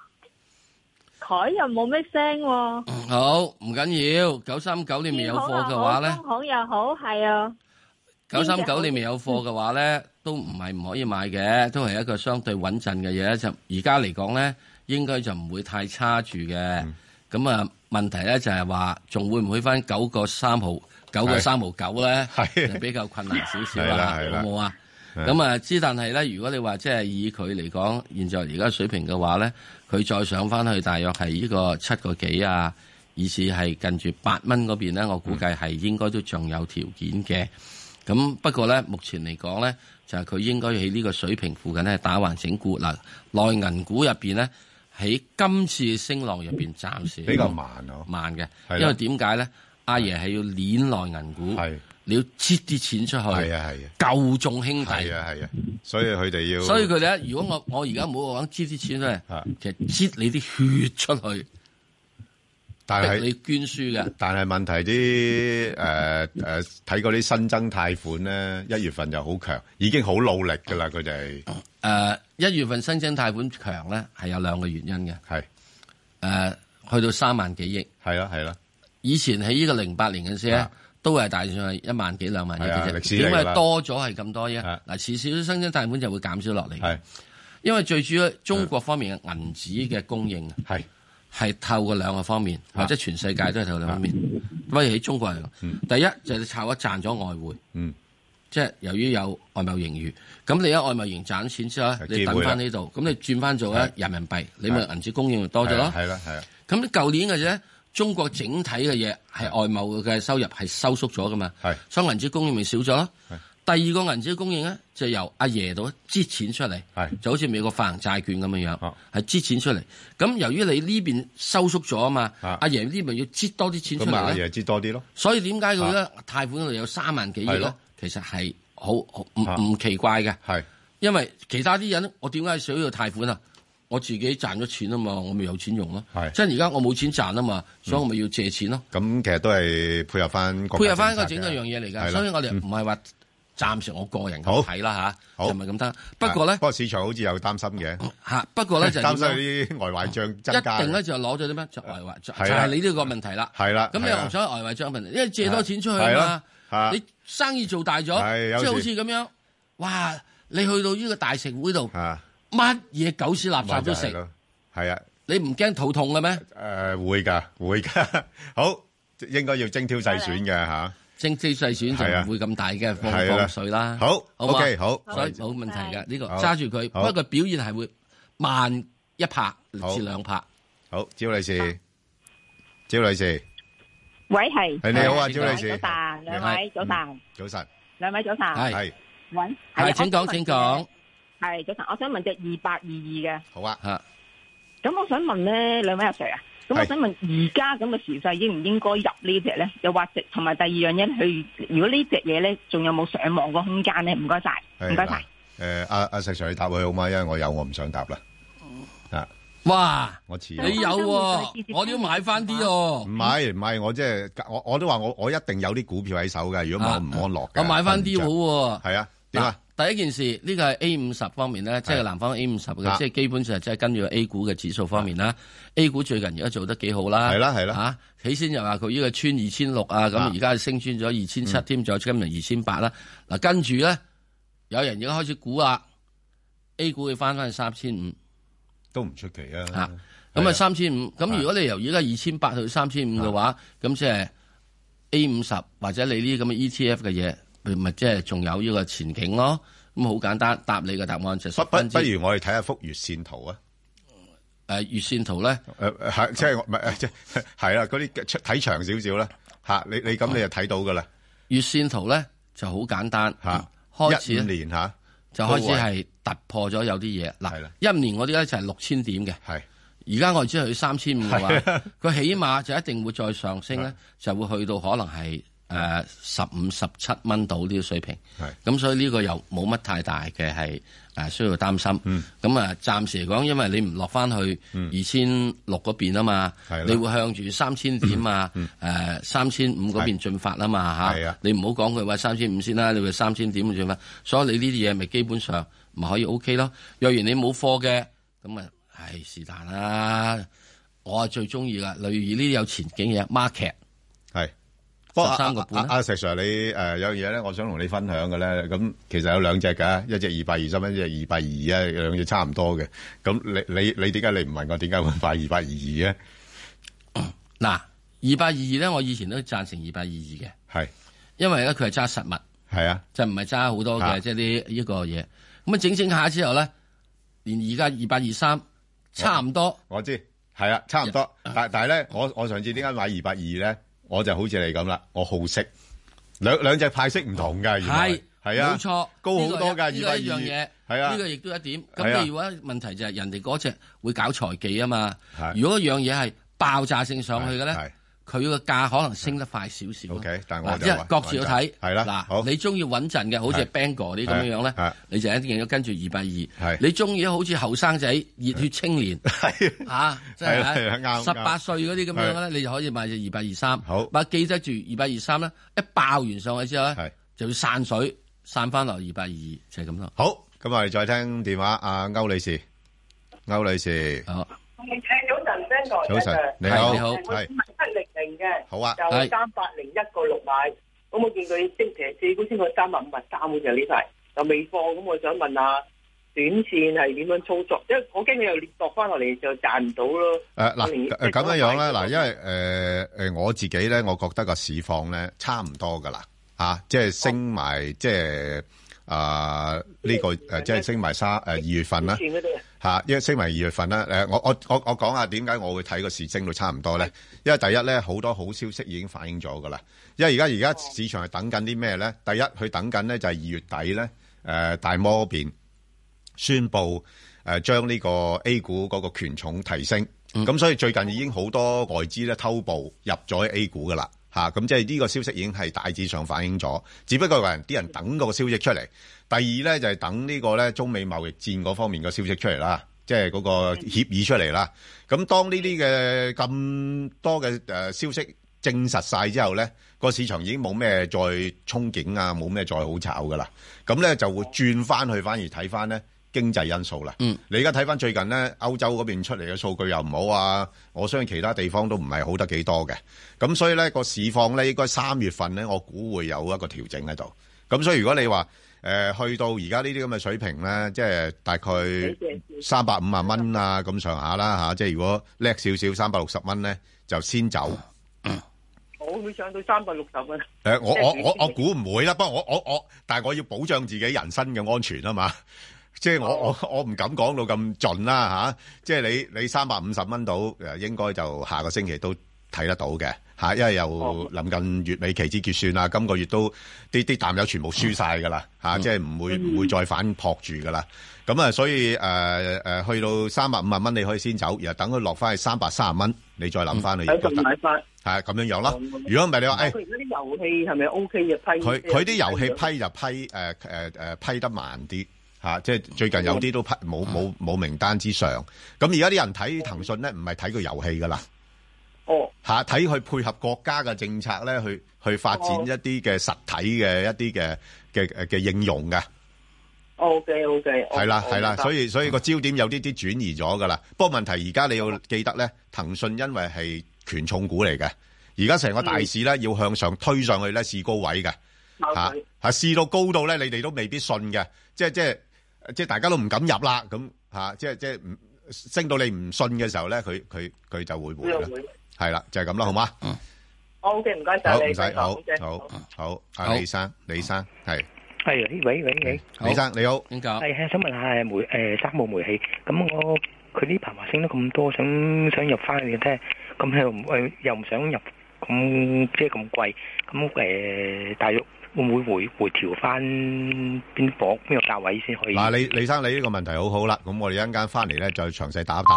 佢又冇咩声喎，
嗯好唔緊要。九三九你未有貨嘅話咧
天，空又好，中行又好，系啊，
九
邊隻
三
好
九你未有貨嘅話咧，都唔係唔可以買嘅，都係一個相對穩陣嘅嘢。就而家嚟講咧，應該就唔會太差住嘅。
嗯
咁啊、問題咧就係話，仲會唔會翻九個三毫、九個三毫九咧？
係
就比較困難少少
係啦
啦，
係啦
好冇啊？
係
咁啊，之但係咧，如果你話即係以佢嚟講，現在而家水平嘅話咧，佢再上翻去大約係呢個七個幾啊，以至係近住八蚊嗰邊咧，我估計係
嗯
應該都仲有條件嘅。咁不過咧，目前嚟講咧，就係、佢應該喺呢個水平附近咧打橫整固嗱，內銀股入邊咧喺今次升浪入邊暫時
比較慢咯，
慢嘅
係，啦
因為點解咧？阿爺係要攣內銀股，
係
你要擠啲錢出去
係，啊係啊
救眾兄弟
係。啊係啊，所以佢哋要
所以佢哋咧，如果我我而家冇講擠啲錢咧
啊，
其實擠你啲血出去，
但係
逼你捐輸嘅。
但係問題啲誒誒睇嗰啲新增貸款咧，一月份就好強，已經好努力㗎啦，佢哋
誒，呃一月份新增貸款強咧，係有兩個原因嘅。
係
誒，去到三萬幾億，
係啦係啦，
以前喺呢個零八年嘅時咧
啊，
都係大上係一萬幾兩萬億
係啊
嘅
歷
啫。
史嚟㗎
點
啦
解多咗係咁多啫？
啊
嗱，遲少新增貸款就會減少落嚟嘅，
係
因為最主要中國方面嘅銀紙嘅供應啊
係
係透過兩個方面，
啊
或者全世界都係透過兩方面。
嗯
不如喺中國嚟講，第一就係你炒一賺咗外匯，
嗯
即係由於有外貿盈餘，咁你喺外貿盈賺錢之後咧
係，
你
機
等
會啦
翻呢度，咁你轉翻做咧人民幣，你咪銀紙供應咪多咗
係
咯
啦。係啦係啦，
咁你舊年嘅啫，中國整體嘅嘢係外貿嘅收入係收縮咗噶嘛，
係
所以銀紙供應咪少咗咯
係。
第二個銀紙嘅供應咧，就由阿爺度擠錢出嚟，
係
就好似美國發行債券咁樣樣
啊，
係擠錢出嚟。咁由於你呢邊收縮咗啊嘛，
啊
阿爺呢邊要擠多啲錢出
咁啊，阿
嚟咧，
爺知多啲咯。
所以點解佢咧貸款嗰度有三萬幾億
啊係
咧
咯？
其實係好好
啊
唔唔奇怪嘅，
係
因為其他啲人我點解需要貸款啊？我自己賺咗錢啊嘛，我咪有錢用咯。
係
即係而家我冇錢賺啊嘛，所以我咪要借錢咯。
咁，其實都係配合翻
配合翻個整個樣嘢嚟
嗯係啦嗯
㗎，所以我哋唔係話暫時我個人
好
咁睇啦
好啊
吓，就唔係咁得。不過咧
不過市場好似有擔心嘅，
吓，不 過咧就
擔
係
心
點咧
啲外壞帳增加。
一定咧就攞咗啲咩就外匯，就就
係啊啦
係你呢個問題啦。
係啦，
咁你
係
又
啦
唔想外匯帳問題，因為借多錢出去
係
啊
啦
嘛
嚇，
你生意做大咗，
係有
即係好
時
似咁樣，哇！你去到呢個大食會度，
啊，
乜嘢狗屎垃圾
咪就
都
係
食，
咯，係啊，
你唔驚肚痛嘅咩？
誒會㗎，會㗎， 好，應該要精挑細選嘅嚇。
政治細選就
係啊
唔會咁大嘅放
係啦
放水啦。
好
好嘛
OK，好
所以冇問題嘅呢個
好
揸住佢，
好
不過表現係會慢一拍至兩拍。
好，招女士，招女士，
喂，系
係你好啊，
係
招女士，
晨，
兩位
早晨，早晨，
两位早晨
係
係
喂，
係請講
啊
請講
系早晨，我想問只二八二二嘅，
好啊，
嚇，
咁我想問咧，兩位阿 Sir 啊，咁我
係
想問而家咁嘅時勢應唔應該入呢只咧？又或者同埋第二樣嘢，佢如果呢只嘢咧，仲有冇上網個空間咧？唔該晒，
係
唔該晒。
嗱誒，阿阿石 Sir 你答佢好嘛？因為我有我唔想答啦，
哇！
我遲
你有喎，我都要買翻啲哦
唔。係唔係，我即係我我都話我我一定有啲股票喺手嘅，如果唔啊係我唔安樂嘅。
啊我買翻啲好喎。
係啊？點
嗱
啊？，
第一件事呢個係 A 五十方面咧，即係南方 A 五十
啊
嘅，即係基本上即係跟住 A 股嘅指數方面啦。A 股最近而家做得幾好啦，
係啦係啦
嚇起先又話佢呢個穿二千六啊，咁
啊嗯
而家升穿咗二千七添，再今日二千八啦。嗱，跟住咧有人而家開始估啦，A 股要翻翻去三千五。
都唔出奇啊。
啊
係
咁
啊
啊三千五，咁如果你由而家二千八去三千五嘅話，咁即係 A 五十或者你呢啲咁嘅 ETF 嘅嘢，咪咪即係仲有呢個前景咯。咁好簡單，答你嘅答案就
不
十
不
分之
不如我哋睇下幅月線圖啊。
誒月線圖咧，
誒誒呃係即係我唔係誒即係係啦，嗰啲出睇長少少啦嚇。你你咁你就睇到㗎啦
月線圖咧就好簡單
嚇。
開始
一
啊
五
呢
年嚇
就開始係突破咗有啲嘢。
係啦
嗱，一五年我哋咧就係六千點嘅，
係
而家我哋只去三千五嘅
啊
話，佢起碼就一定會再上升咧，就會去到可能係誒十五十七蚊到呢個水平。
係
咁所以呢個又冇乜太大嘅係誒需要擔心。
嗯
咁啊、暫時嚟講，因為你唔落翻去二千六嗰邊啊嘛
係啦，嗯
你會向住三千點啊誒三千五嗰邊進發啊嘛
係啊
嚇。你唔好講佢話三千五先啦，你話三千點進發，所以你呢啲嘢咪基本上咪可以 O K 咯。若然你冇貨嘅，咁啊唉是但啦。我係最中意噶，例如呢啲有前景嘅 market，
係。不過
13個半
阿
啊啦
阿石 Sir，你誒有樣嘢咧，我想同你分享嘅咧，咁其實有兩隻㗎，一隻二百二十蚊，一隻二百二啊，兩隻差唔多嘅。咁你你你點解你唔問我點解會買二百二二咧？
嗱二百二二咧，我以前都贊成二百二二嘅，
係
因為咧佢係揸實物。
係啊，
就唔係揸好多
啊
嘅，即係呢一個嘢。咁啊整整下之後咧，連而家二八二三差唔多，
我知係啊，差唔多。但但係咧，我我上次點解買二百二咧？我就好似你咁啦，我好息兩兩隻派息唔同㗎，原來
係
係啊，
冇錯，
高好多㗎
呢個一呢個一樣嘢
222，係啊
呢個亦都一點。
係啊
咁你如果問題就係人哋嗰只會搞財技啊嘛
係，
如果一樣嘢係爆炸性上去嘅
係係
咧，佢個價可能升得快少少咯。
OK，但係我
嗱，
就
即係各自要睇。
係啦好
嗱，你中意穩陣嘅，好似 Bangor 啲咁樣樣
係係
咧，你就一定要跟住二百二
係。
你中意好似後生仔、熱血青年。
係
啊，即
係啊係啊啱
係十八
啱
歲嗰啲咁樣咧，你就可以買只二百二三。
好
咪記得住二百二三咧，一爆完上去之後
係
咧，就要散水，散翻落二百二，就係咁咯。
好，咁我哋再聽電話，阿歐女士，歐女士，
好，
早晨 b
早晨，你
係你好
好，係
七零零嘅，
好啊，
係
就三百零一個六買，咁我見佢升斜四股先過三百五十三嘅就呢排，就未放，咁我想問下短線係點樣操作？因為我驚佢又跌落翻落嚟就賺唔到咯。
誒嗱，
即
誒
係
咁樣樣啦，嗱，
嗰個
因為誒誒我自己咧，我覺得個市況咧差唔多噶啦，啊，即係升埋，即係啊呢個誒即係升埋三誒二月份啦。
算嗰啲啊
嚇，因為升埋二月份啦。誒，我我我我講下點解我會睇個市升到差唔多咧？因為第一咧，好多好消息已經反映咗噶啦。因為而家而家市場係等緊啲咩咧？第一，佢等緊咧就係二月底咧，誒、大摩嗰邊宣布誒將呢個 A 股嗰個權重提升。咁、所以最近已經好多外資咧偷步入咗 A 股噶啦。嚇，咁即係呢個消息已經係大致上反映咗，只不過話啲人等個消息出嚟。第二咧就係、等呢個咧中美貿易戰嗰方面嘅消息出嚟啦，即係嗰個協議出嚟啦。咁當呢啲嘅咁多嘅誒消息證實晒之後咧，個市場已經冇咩再憧憬啊，冇咩再好炒噶啦。咁咧就會轉翻去，反而睇翻咧經濟因素啦。
嗯，
你而家睇翻最近咧歐洲嗰邊出嚟嘅數據又唔好啊，我相信其他地方都唔係好得幾多嘅。咁所以咧個市況咧應該三月份咧，我估會有一個調整喺度。咁所以如果你話誒、呃去到而家呢啲咁嘅水平咧，即係大概三百五啊蚊啊咁上下啦嚇，即係如果叻少少三百六十蚊咧，就先走。
我會上到三百六十蚊。
誒、我
即係
我
短
我
線
我估唔會啦，不過我我我，但係我要保障自己人身嘅安全啊嘛。即係我我我唔敢講到咁盡啦吓、即係你你三百五十蚊到誒，應該就下個星期都睇得到嘅吓、因為又
哦
臨近月尾期指結算啦，今個月都啲啲淡友全部輸晒㗎啦吓，即係唔會唔會再反撲住㗎啦。咁啊，所以誒誒、去到三百五十蚊你可以先走，然後等佢落翻去三百三十蚊，你再諗翻你
喺
覺
度
得
買翻。
係咁樣樣啦。如果唔係你話誒。
佢而家啲遊戲係咪 O K 嘅啊批？
佢佢啲遊戲批就批誒誒誒批得慢啲嚇、即係最近有啲都批冇冇冇名單之上。咁而家啲人睇騰訊咧，唔係睇佢遊戲噶啦
哦，
嚇，睇佢配合國家嘅政策咧，去去發展一啲嘅實體嘅一啲嘅嘅嘅嘅應用嘅，
O K O K，
係啦係啦，所
以
以所以個焦點有啲啲轉移咗噶啦。不過問題而家你要記得咧，騰訊因為係權重股嚟嘅，而家成個大市咧要向上推上去咧試高位嘅。吓吓试啊到高到咧，你哋都未必信嘅，即系即系即系大家都唔敢入啦，咁吓、啊即系即系唔升到你唔信嘅時候咧，佢佢佢就會回
嗯
啦，係啦，就係咁啦，好嘛？
O K，唔該
好
晒你，
唔使，好好好，阿
好
李生，李生係
係，喂喂喂，
好
李生你好，
點解？
係想問下煤誒三號煤氣，咁我佢呢排話升得咁多，想想入翻嚟睇，咁又唔誒又唔想入咁即係咁貴，咁誒大約會唔會回回調翻邊房邊個價位先可以？
嗱，李李生你呢個問題好好啦，咁我哋一陣間翻嚟咧再詳細答一答。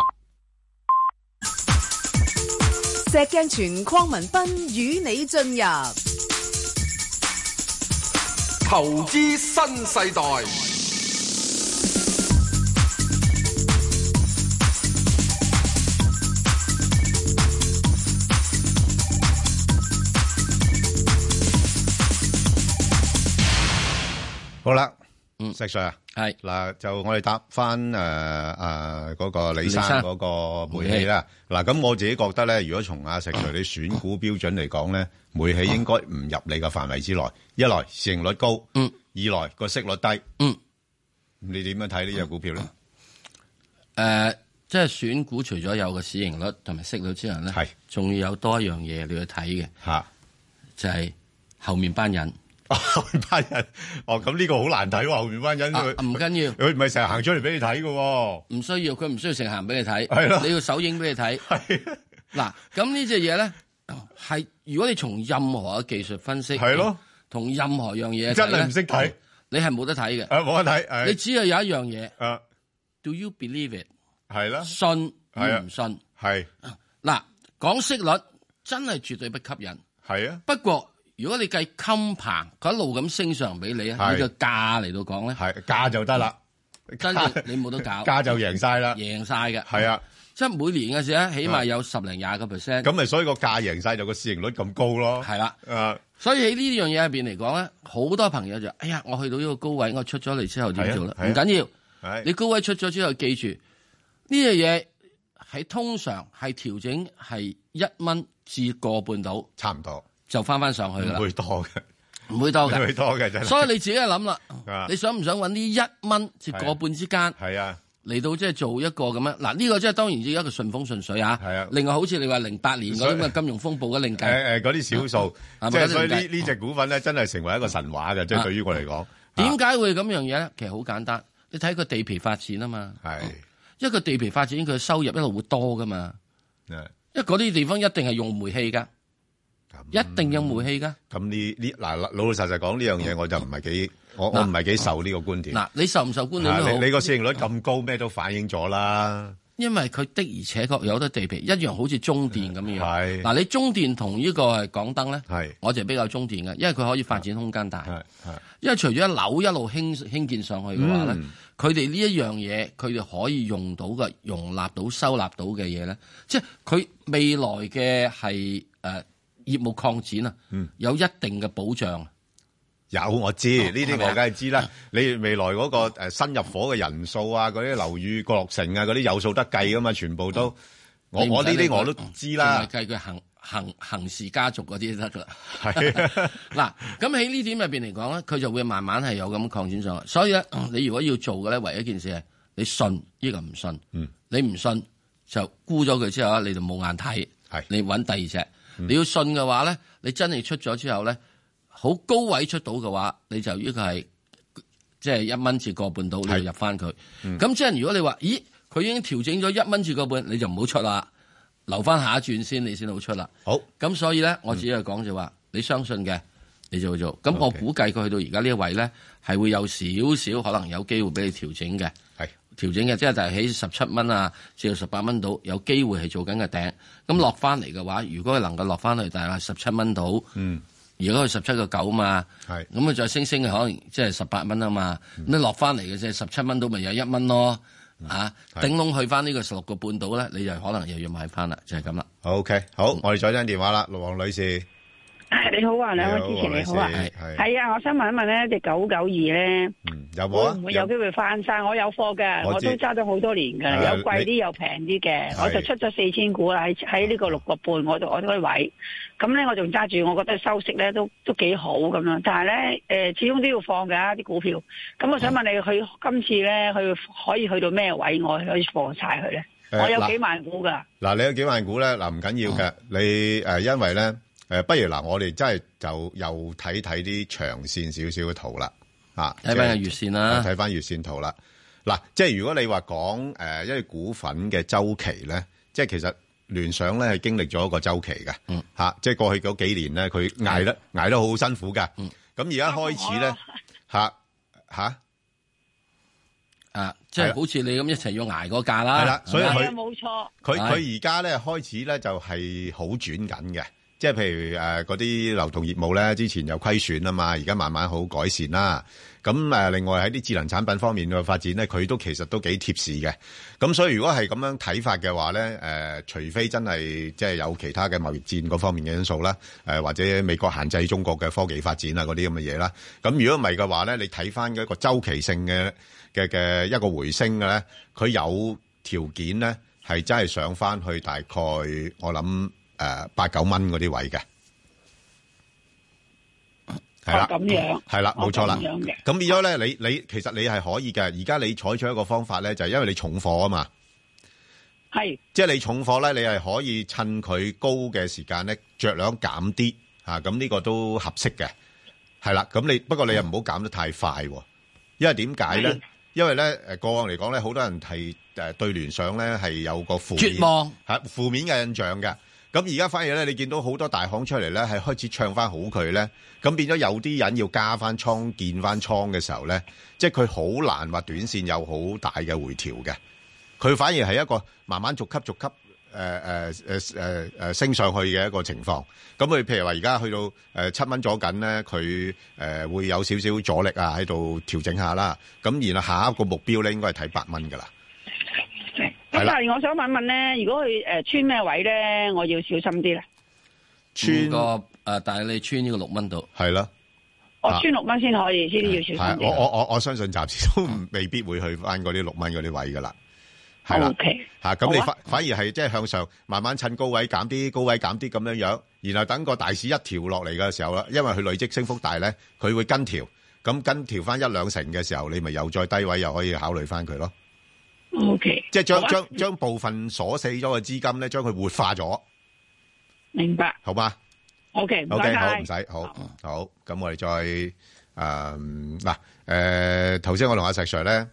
石鏡泉邝文斌與你進入
投資新世代，
好啦，
嗯
石 Sir 啊
係
嗱，就我哋答翻誒誒嗰個李生
李生
嗰個煤氣啦。嗱，咁我自己覺得咧，如果從阿石 Sir 你選股標準嚟講咧，煤氣應該唔入你嘅範圍之內。一來市盈率高，
嗯
二來個息率低，
嗯，
你點樣睇呢只股票咧？
誒、呃即係選股，除咗有個市盈率同埋息率之外咧，
係
仲要有多一樣嘢你要睇嘅，
嚇，
就係、後面班人。
後面班人，哦，咁呢個好難睇喎，後面班人
啊
佢
唔緊要
佢唔係成日行出嚟俾你睇嘅喎，
唔需要，佢唔需要成行俾你
係咯
睇，你要手影俾你睇。
係
嗱，咁呢只嘢咧，係如果你從任何嘅技術分析，
係咯，
同任何樣嘢
真
睇
係
呢哦
唔識睇，
你係冇得睇嘅。
誒冇得睇，
你
誒
只係有一樣嘢
誒
，Do you believe it？
係啦，
信
係啊
與唔信？
係
嗱，講息率真係絕對不吸引。
係啊，
不過如果你計襟棚，佢一路咁升上俾你啊，
係
呢個價嚟到講咧，
係價就得啦。
真係你冇得搞，
價就贏晒啦，
贏晒嘅。
係啊，
即係每年嘅時咧，起碼有十零廿個 percent。
咁咪所以個價贏晒就個市盈率咁高咯，
係啦，
啊，
所以喺呢樣嘢入邊嚟講咧，好多朋友就哎呀，我去到呢個高位，我出咗嚟之後點做咧？
係啊係啊
唔緊要，
係
你高位出咗之後，記住呢樣嘢係通常係調整係一蚊至個半到
差唔多，
就翻翻上去㗎
唔
啦，
會多嘅，
唔會多
唔會
嘅。
多嘅真係，
所以你自己就諗啦
啊，
你想唔想揾呢一蚊至個半之間？
係啊，
嚟到即係做一個咁樣嗱，呢個即係當然要一個順風順水啊。
係啊
另外好似你話零八年嗰啲咁
所以
嘅金融風暴嘅另計，
誒誒嗰啲少數，
啊
即係
冇得
所以呢
理解
呢只股份咧真係成為一個神話嘅，即係
啊
對於我嚟講，
點解會咁樣嘢咧？其實好簡單，你睇佢地皮發展啊嘛。係，因為佢地皮發展佢收入一路會多噶嘛。
啊
因為嗰啲地方一定係用煤氣噶，一定用煤氣噶。
咁呢呢嗱老老實實講呢樣嘢，我就唔係幾我我唔係幾受呢個觀點。
嗯嗱，你受唔受觀點都
嗯啊
好
你你個市盈率咁高，咩都反映咗啦。
因為佢的而且確有啲地皮一樣好似中電咁樣。係啊嗱，你中電同呢個係港燈咧，係我就比較中電嘅，因為佢可以發展空間
啊
大。因為除咗一樓一路興興建上去嘅話咧
嗯，
佢哋呢一樣嘢，佢哋可以用到嘅、容納到、收納到嘅嘢咧，即係佢未來嘅呃係誒業務擴展啊，
嗯
有一定嘅保障。啊
有我知呢啲
係咪啊嗯
我梗係知啦。你未來嗰個誒新入伙嘅人數啊，嗰啲樓宇角落成啊，嗰啲有數得計噶嘛，全部
嗯
都我
你唔
我呢
使理
啲
佢
我都知啦
淨。係計佢行行行事家族嗰啲就得啦。
係
嗱，咁喺呢點入邊嚟講咧，佢就會慢慢係有咁擴展上去。所以咧，你如果要做嘅咧，唯一一件事係你信，呢個唔信。
嗯，
你唔信就沽咗佢之後咧，你就冇眼睇。
係，
你揾第二隻。你要信嘅話咧，你真係出咗之後咧，好高位出到嘅話，你就呢個係即係一蚊至個半到，你就入翻佢。咁即係如果你話，咦，佢已經調整咗一蚊至個半，你就唔好出啦，留翻下一轉先，你先好出啦。
好，
咁所以咧，我只係講就話，你相信嘅，你就會做。咁我估計佢去到而家呢一位咧，係會有少少可能有機會俾你調整嘅。
係
調整嘅，即係就係喺十七蚊啊，至到十八蚊度有機會係做緊嘅頂。咁落翻嚟嘅話，如果佢能夠落翻去大概十七蚊度，
嗯，
如果佢十七個九嘛，
係
咁佢再升升可能即係十八蚊啊嘛，咁你落翻嚟嘅啫，十七蚊到咪有一蚊咯，啊，頂籠去翻呢個十六個半度咧，你就可能又要買翻啦，就係咁啦。
OK，好，
嗯
我哋再聽電話啦，黃女士。
你好啊，兩位主持
你
你
好
好啊，
黃女士係
係啊，我想問一問咧，只九九二咧，
有冇
會
啊？
唔會有機會翻山？我有貨嘅，
我
我
知
都揸咗好多年嘅，
啊
有貴啲有平啲嘅，
係
我就出咗四千股啦，喺喺呢個六個半我度我都可以位，咁咧我仲揸住，我覺得收息咧都都幾好咁樣，但係咧誒始終都要放㗎啲股票，咁
啊
我想問你，佢今次咧佢可以去到咩位，我可以放晒佢咧？
誒
我有
呃嗱
幾萬股㗎。
嗱，你有幾萬股咧？嗱，唔緊要
哦
嘅，你誒，因為咧誒，不如嗱，我哋真係就又睇睇啲長線少少嘅圖啦，啊，
睇翻個月線啦
睇翻月線圖啦。嗱，即係如果你話講誒一啲股份嘅周期咧，即係其實聯想咧係經歷咗一個周期嘅，
嗯
嚇，即係過去嗰幾年咧，佢捱得捱得好辛苦㗎。咁而家開始咧，嚇嚇。
啊，即係好似你咁一齊要捱嗰價啦。
係啦所以佢係啊
冇錯
佢佢而家咧開始咧就係好轉緊嘅，即係譬如誒嗰啲流動業務咧，之前有虧損啊嘛，而家慢慢好改善啦。咁誒、呃另外喺啲智能產品方面嘅發展咧，佢都其實都幾貼士嘅。咁所以如果係咁樣睇法嘅話咧，誒、除非真係即係有其他嘅貿易戰嗰方面嘅因素啦，誒、或者美國限制中國嘅科技發展啊嗰啲咁嘅嘢啦。咁如果唔係嘅話咧，你睇翻一個周期性嘅嘅嘅一個回升嘅咧，佢有條件咧係真係上翻去大概我諗誒八九蚊嗰啲位嘅，係啦，
哦咁樣
係啦，冇錯啦
哦咁樣嘅。
咁變咗咧，你你其實你係可以嘅。而家你採取一個方法咧，就係因為你重貨啊嘛，
係
即係你重貨咧，你係可以趁佢高嘅時間咧，着量減啲嚇，咁、呢個都合適嘅。係啦，咁你不過你又唔好減得太快喎，因為點解咧
係？
因為咧誒過往嚟講咧，好多人係誒對聯想咧係有個負面
絕望
係負啊面嘅印象嘅。咁而家反而咧，你見到好多大行出嚟咧係開始唱翻好佢咧，咁變咗有啲人要加翻倉、建翻倉嘅時候咧，即係佢好難話短線有好大嘅回調嘅。佢反而係一個慢慢逐級逐級呃誒誒誒誒誒呃升上去嘅一個情況。咁佢譬如話而家去到呃誒七蚊左緊咧，佢誒、呃、會有少少阻力啊，喺度調整下啦。咁然後下一個目標咧，應該係睇八蚊噶啦。
咁
係啦
但係我想問問咧，如果佢誒穿咩位咧，我要小心啲咧。
穿個誒，但係你穿呢個六蚊度，
係啦。
我
啊
穿六蚊先可以，先要小心
係，
啲。
我我我我相信暫時都唔未必會去翻嗰啲六蚊嗰啲位噶啦，係啦
OK，，
嚇咁你
好啊
反反而係即係向上慢慢趁高位減啲，高位減啲咁樣樣，然後等個大市一調落嚟嘅時候啦，因為佢累積升幅大咧，佢會跟調，咁跟調翻一兩成嘅時候，你咪又再低位又可以考慮翻佢咯。
O K，
即係將將將部分鎖死咗嘅資金咧，將佢活化咗，
明白。
好嘛？
OK，唔
O
該
K，好，
晒
唔使，好好，咁我哋再誒嗱誒，頭先我同阿石 Sir 咧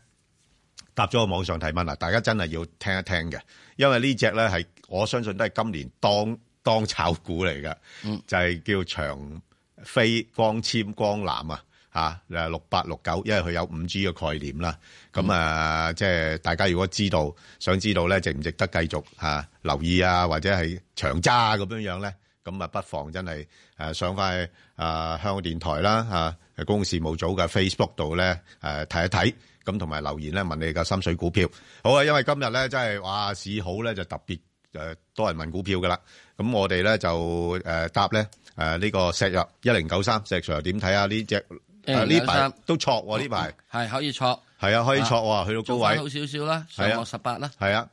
答咗個網上提問啦，大家真係要聽一聽嘅，因為呢只咧係我相信都係今年當當炒股嚟嘅，就係叫長飛光纖光纜啊。嚇誒六八六九，因為佢有五 G 嘅概念啦，咁啊、即係大家如果知道想知道咧，值唔值得繼續嚇、啊留意啊，或者係長揸啊咁樣樣咧，咁啊不妨真係誒、啊上翻去啊香港電台啦嚇、啊、公共事務組嘅 Facebook 度咧誒睇一睇。咁同埋留言咧，問你嘅心水股票。好啊，因為今日咧，真係哇市好咧，就特別誒、呃多人問股票噶啦。咁我哋咧就誒、呃答咧誒呢個石藥一零九三石 Sir 點睇啊？呢只啊呢排
1093
都挫喎，呢排
係可以挫，
係啊，可以挫喎，去到高
做
位
翻好少少啦，上
係啊
落十八啦，
係啊。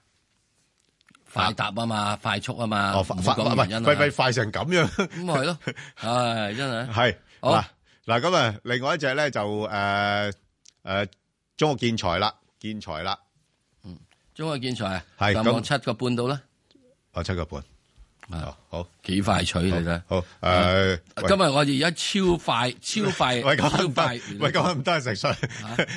快答啊嘛，快速啊嘛，
哦，快
唔好
快
講原因
喂喂，快成咁樣，咁
咪 係咯，唉，真係
係
好
嗱嗱咁啊，另外一隻咧就誒誒中國建材啦，建材啦，
中國建材
係
上
咁
望七個半到啦。
哦七個半，
哦
好
幾快取你睇，
好誒，喂
今日我哋而家超快，超快，
喂咁
超
唔得
快，
喂咁唔得啊，石 Sir，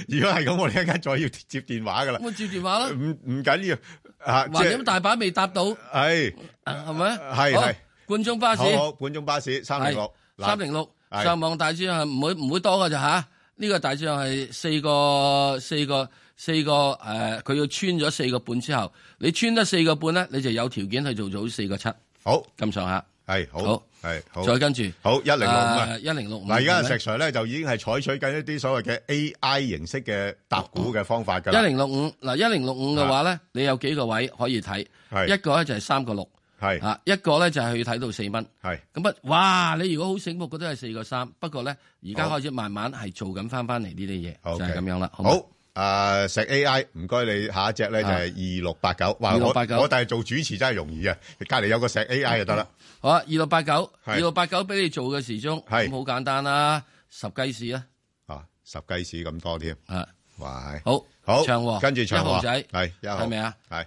如 果係咁，我哋一間再要接電話噶啦，
咁我接電話啦，
唔唔緊要啊，即
橫掂
係
大把未答到，啊
係
係咪？
係
好
係，
冠中巴士，
好好，本中巴士三零六，
三零六，
係
上網大致上係唔會唔會多噶咋吓？呢個大致上係四個四個四個誒，呃佢要穿咗四個半之後，你穿得四個半咧，你就有條件去做到四個七。
好
咁上下，
係好
好
係好，
再跟住
好一零六五啊
誒，1065
嗱，而家
係咪
石 Sir 咧就已經係採取緊一啲所謂嘅 AI 形式嘅搭股嘅方法㗎
一
啦。啊
零六五嗱，一零六五嘅話咧，你有幾個位可以睇？一個咧就係三個六，
係
啊，一個咧就係去睇到四蚊，
係
咁啊，哇！你如果好醒目，覺得係四個三，不過咧而家
好
開始慢慢係做緊翻翻嚟呢啲嘢，
OK
就係咁樣啦。好嘛
好，啊，石 AI，唔該你下一隻咧就係二六八九。哇，我
2689
我但係做主持真係容易啊，隔離有個石 AI 就得啦。
好啊，二六八九，
係
二六八九俾你做嘅時鐘，咁好簡單啦，十雞市啦，
啊，十雞屎咁多添。
啊，
哇，
好，
好，
長和
跟住長
一
和
號仔
係一號
係咪啊？
係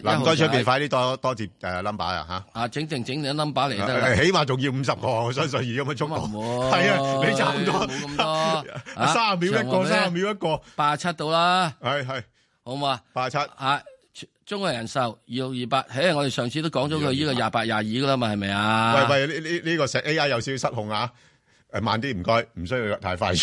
嗱，唔
一
該
號
出
仔
邊快啲多多接誒 number 啊嚇。
啊，整定整定 number 嚟就得啦
誒。 起碼仲要五十個，我相信而家咁嘅速度。啊係啊，你差唔多，
冇咁多 啊
三十秒一個三十秒一個，
八七到啦，
係係，
好唔好啊？
八七
啊，中國人壽二六二八，嘿，我哋上次都講咗佢呢個廿八廿二噶啦嘛，係咪啊？
喂喂，呢呢呢個石 AI 有少少失控啊！誒，慢啲唔該，唔需要太快。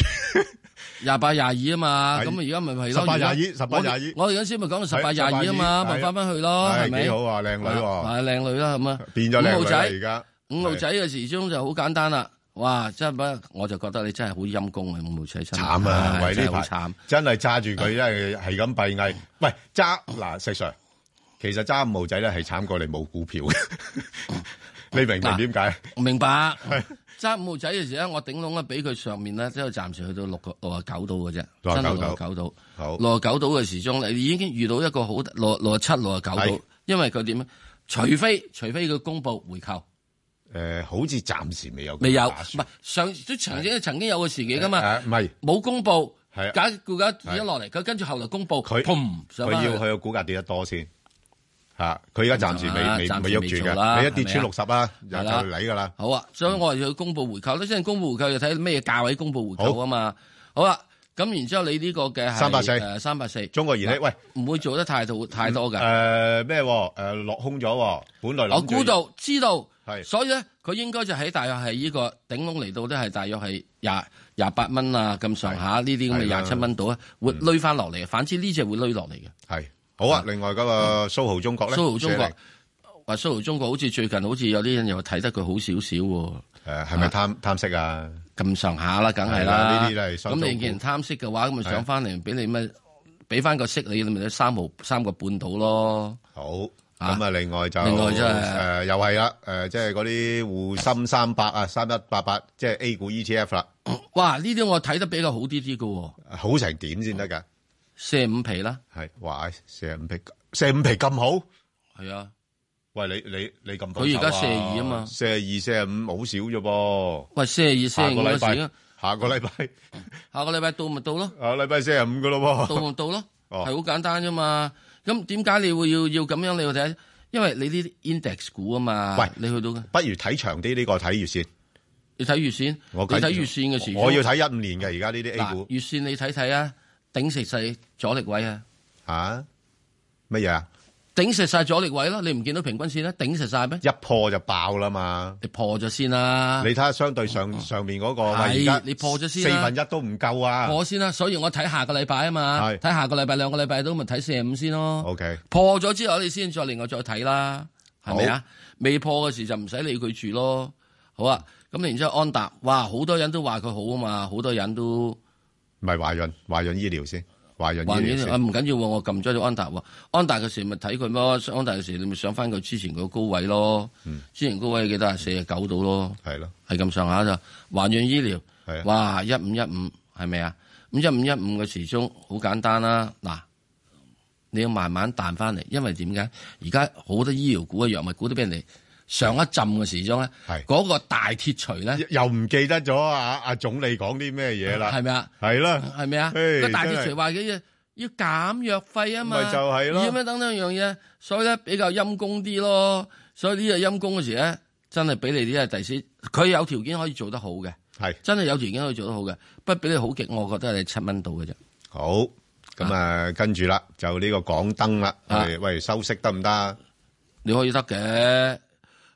廿八廿二啊嘛，
係
咁而家咪係咯，
18
而家
22 18
我哋
22
我哋嗰陣時咪講到十
係
八廿二啊嘛，
18
咪翻翻去咯，
係
係咪？
幾好啊靚女喎
係靚女啦，咁啊，
變咗靚女啦
五號仔
而家
五號仔嘅時鐘就好簡單啦，哇！真係不，我就覺得你真係好陰功啊，五號仔真係
慘啊！
唉
喂，
真
呢
係好
排
慘。
真係揸住佢，
啊
真係係咁閉翳。喂，揸嗱石 Sir，其實揸五毛仔咧係慘過你冇股票 嘅，你明唔明點解？
明白。揸五號仔嘅時咧，我頂籠咧俾佢上面啊咧，即係暫時去到六個六啊九度嘅啫，
69
真係六
度
啊九度。
好
六啊九度嘅時鐘，你已經遇到一個好六六啊七、六啊九
係
度，因為佢點咧？除非除非佢公布回購，
誒，呃好似暫時未有
未有，唔
打算
係上都曾經曾經有個時期噶嘛，
誒啊唔啊係
冇公布，
係啊
假股價跌咗落嚟，佢跟住後來公布，
佢
砰上
佢
返
要
去
佢個股價跌得多先嚇。佢而家暫時未
啊
未
暫時
未喐住
未做啦
嘅，你一跌穿六十
係咪
啦
啊，
又
係
就
啦
嚟㗎啦。
好啊，所以我哋要公布回購咧，即係公布回購就睇咩價位公布回購啊嘛。好啦，咁然之後你呢個嘅係
384
誒三百四，
中國燃氣喂，
唔會做得太
嗯
多太多嘅。
誒咩喎？誒落空咗喎，本嗯來諗
我
住
估到知道，
係
所以咧佢應該就喺大約係呢個頂籠嚟到都係大約係廿廿八蚊啊咁上下呢啲咁
係
嘅
啦嗯
廿七蚊度啊，會攣翻落嚟嘅。反之呢只會攣落嚟嘅。
係好啊。另外嗰個蘇豪中國咧，
蘇嗯豪中國
410
話蘇豪中國好似最近好似有啲人又睇得佢好少少喎。
誒呃係咪貪貪息啊？
咁上下啦，梗係
係啦
啦。
呢啲都係收
咁
租
你既然貪息嘅話，咁咪
係啊
上翻嚟俾你咪俾翻個息你，你咪得三毫三個半到咯。
好。咁啊，另外就
另外真係
誒又係啦，誒即係嗰啲滬深三百啊，三一八八，即係 A 股 ETF 啦，
哇！呢啲我睇得比較好啲啲嘅喎，
好成點先得㗎？
四十五皮啦，
係，哇！四十五皮，四十五皮咁好？
係啊。
喂，你你你咁保
佢而家
守
42啊嘛
四廿二、四廿五好少啫噃。
喂，四廿二、四廿五
下個禮拜
嗰時啊
下個禮拜，
下個禮拜到咪到咯，
下個禮拜四廿五噶咯
到
喎。
咪到咯，
哦
係好簡單啫嘛。咁點解你會要要咁樣？你要睇因為你呢啲 index 股啊嘛，
喂，
你去到嘅，
不如睇長啲呢個睇月線。
你睇月線，
我
你睇月線嘅時鐘
我要睇一五年嘅而家呢啲 A
嗱
股
月線你睇睇啊，頂食晒阻力位啊，
吓乜嘢啊？
頂食晒阻力位咯，你唔見到平均線咧，頂食晒咩？
一破就爆啦嘛，
你破咗先啦。
你睇下相對上上面嗰個，喂而
係
家
你破咗
四
先啦
分一都唔夠啊。
破先啦，所以我睇下個禮拜啊嘛，
係
睇下個禮拜兩個禮拜都咪睇四十五先咯。
OK，
破咗之後你先再另外再睇啦，係咪啊？未破嘅時就唔使理佢住咯。好啊，咁然之後安踏，哇，好多人都話佢好啊嘛，好多人都
唔係華潤，華潤醫療先，華潤
話
醫療
嘢啊
先。
唔緊要喎，我撳咗咗安踏喎。安踏嘅時咪睇佢咯，安踏嘅時你咪上翻佢之前個高位咯。
嗯
之前高位幾多啊？四十九度咯，
係咯，
係咁上下就華潤醫療
係啊，
哇，一五一五係咪啊？咁一五一五嘅時鐘好簡單啦，嗱。你要慢慢彈翻嚟，因為點解？而家好多醫療股嘅藥物股都俾人哋上一浸嘅時鐘咧，嗰個大鐵錘咧，
又唔記得咗啊啊總理講啲咩嘢啦？
係咪啊？
係啦，
係咪啊？
唉
個大
真
鐵
係
錘話嘅嘢要減藥費啊嘛，
咪就係咯
要咩等等樣嘢，所以咧比較陰公啲咯。所以呢個陰公嗰時咧，真係俾你啲係啊第四，佢有條件可以做得好嘅，
係
真係有條件可以做得好嘅，不過俾你好極，我覺得係七蚊到嘅啫。
好，咁啊，跟住啦，就呢個港燈啦，喂喂，收息得唔得啊？
你可以得嘅。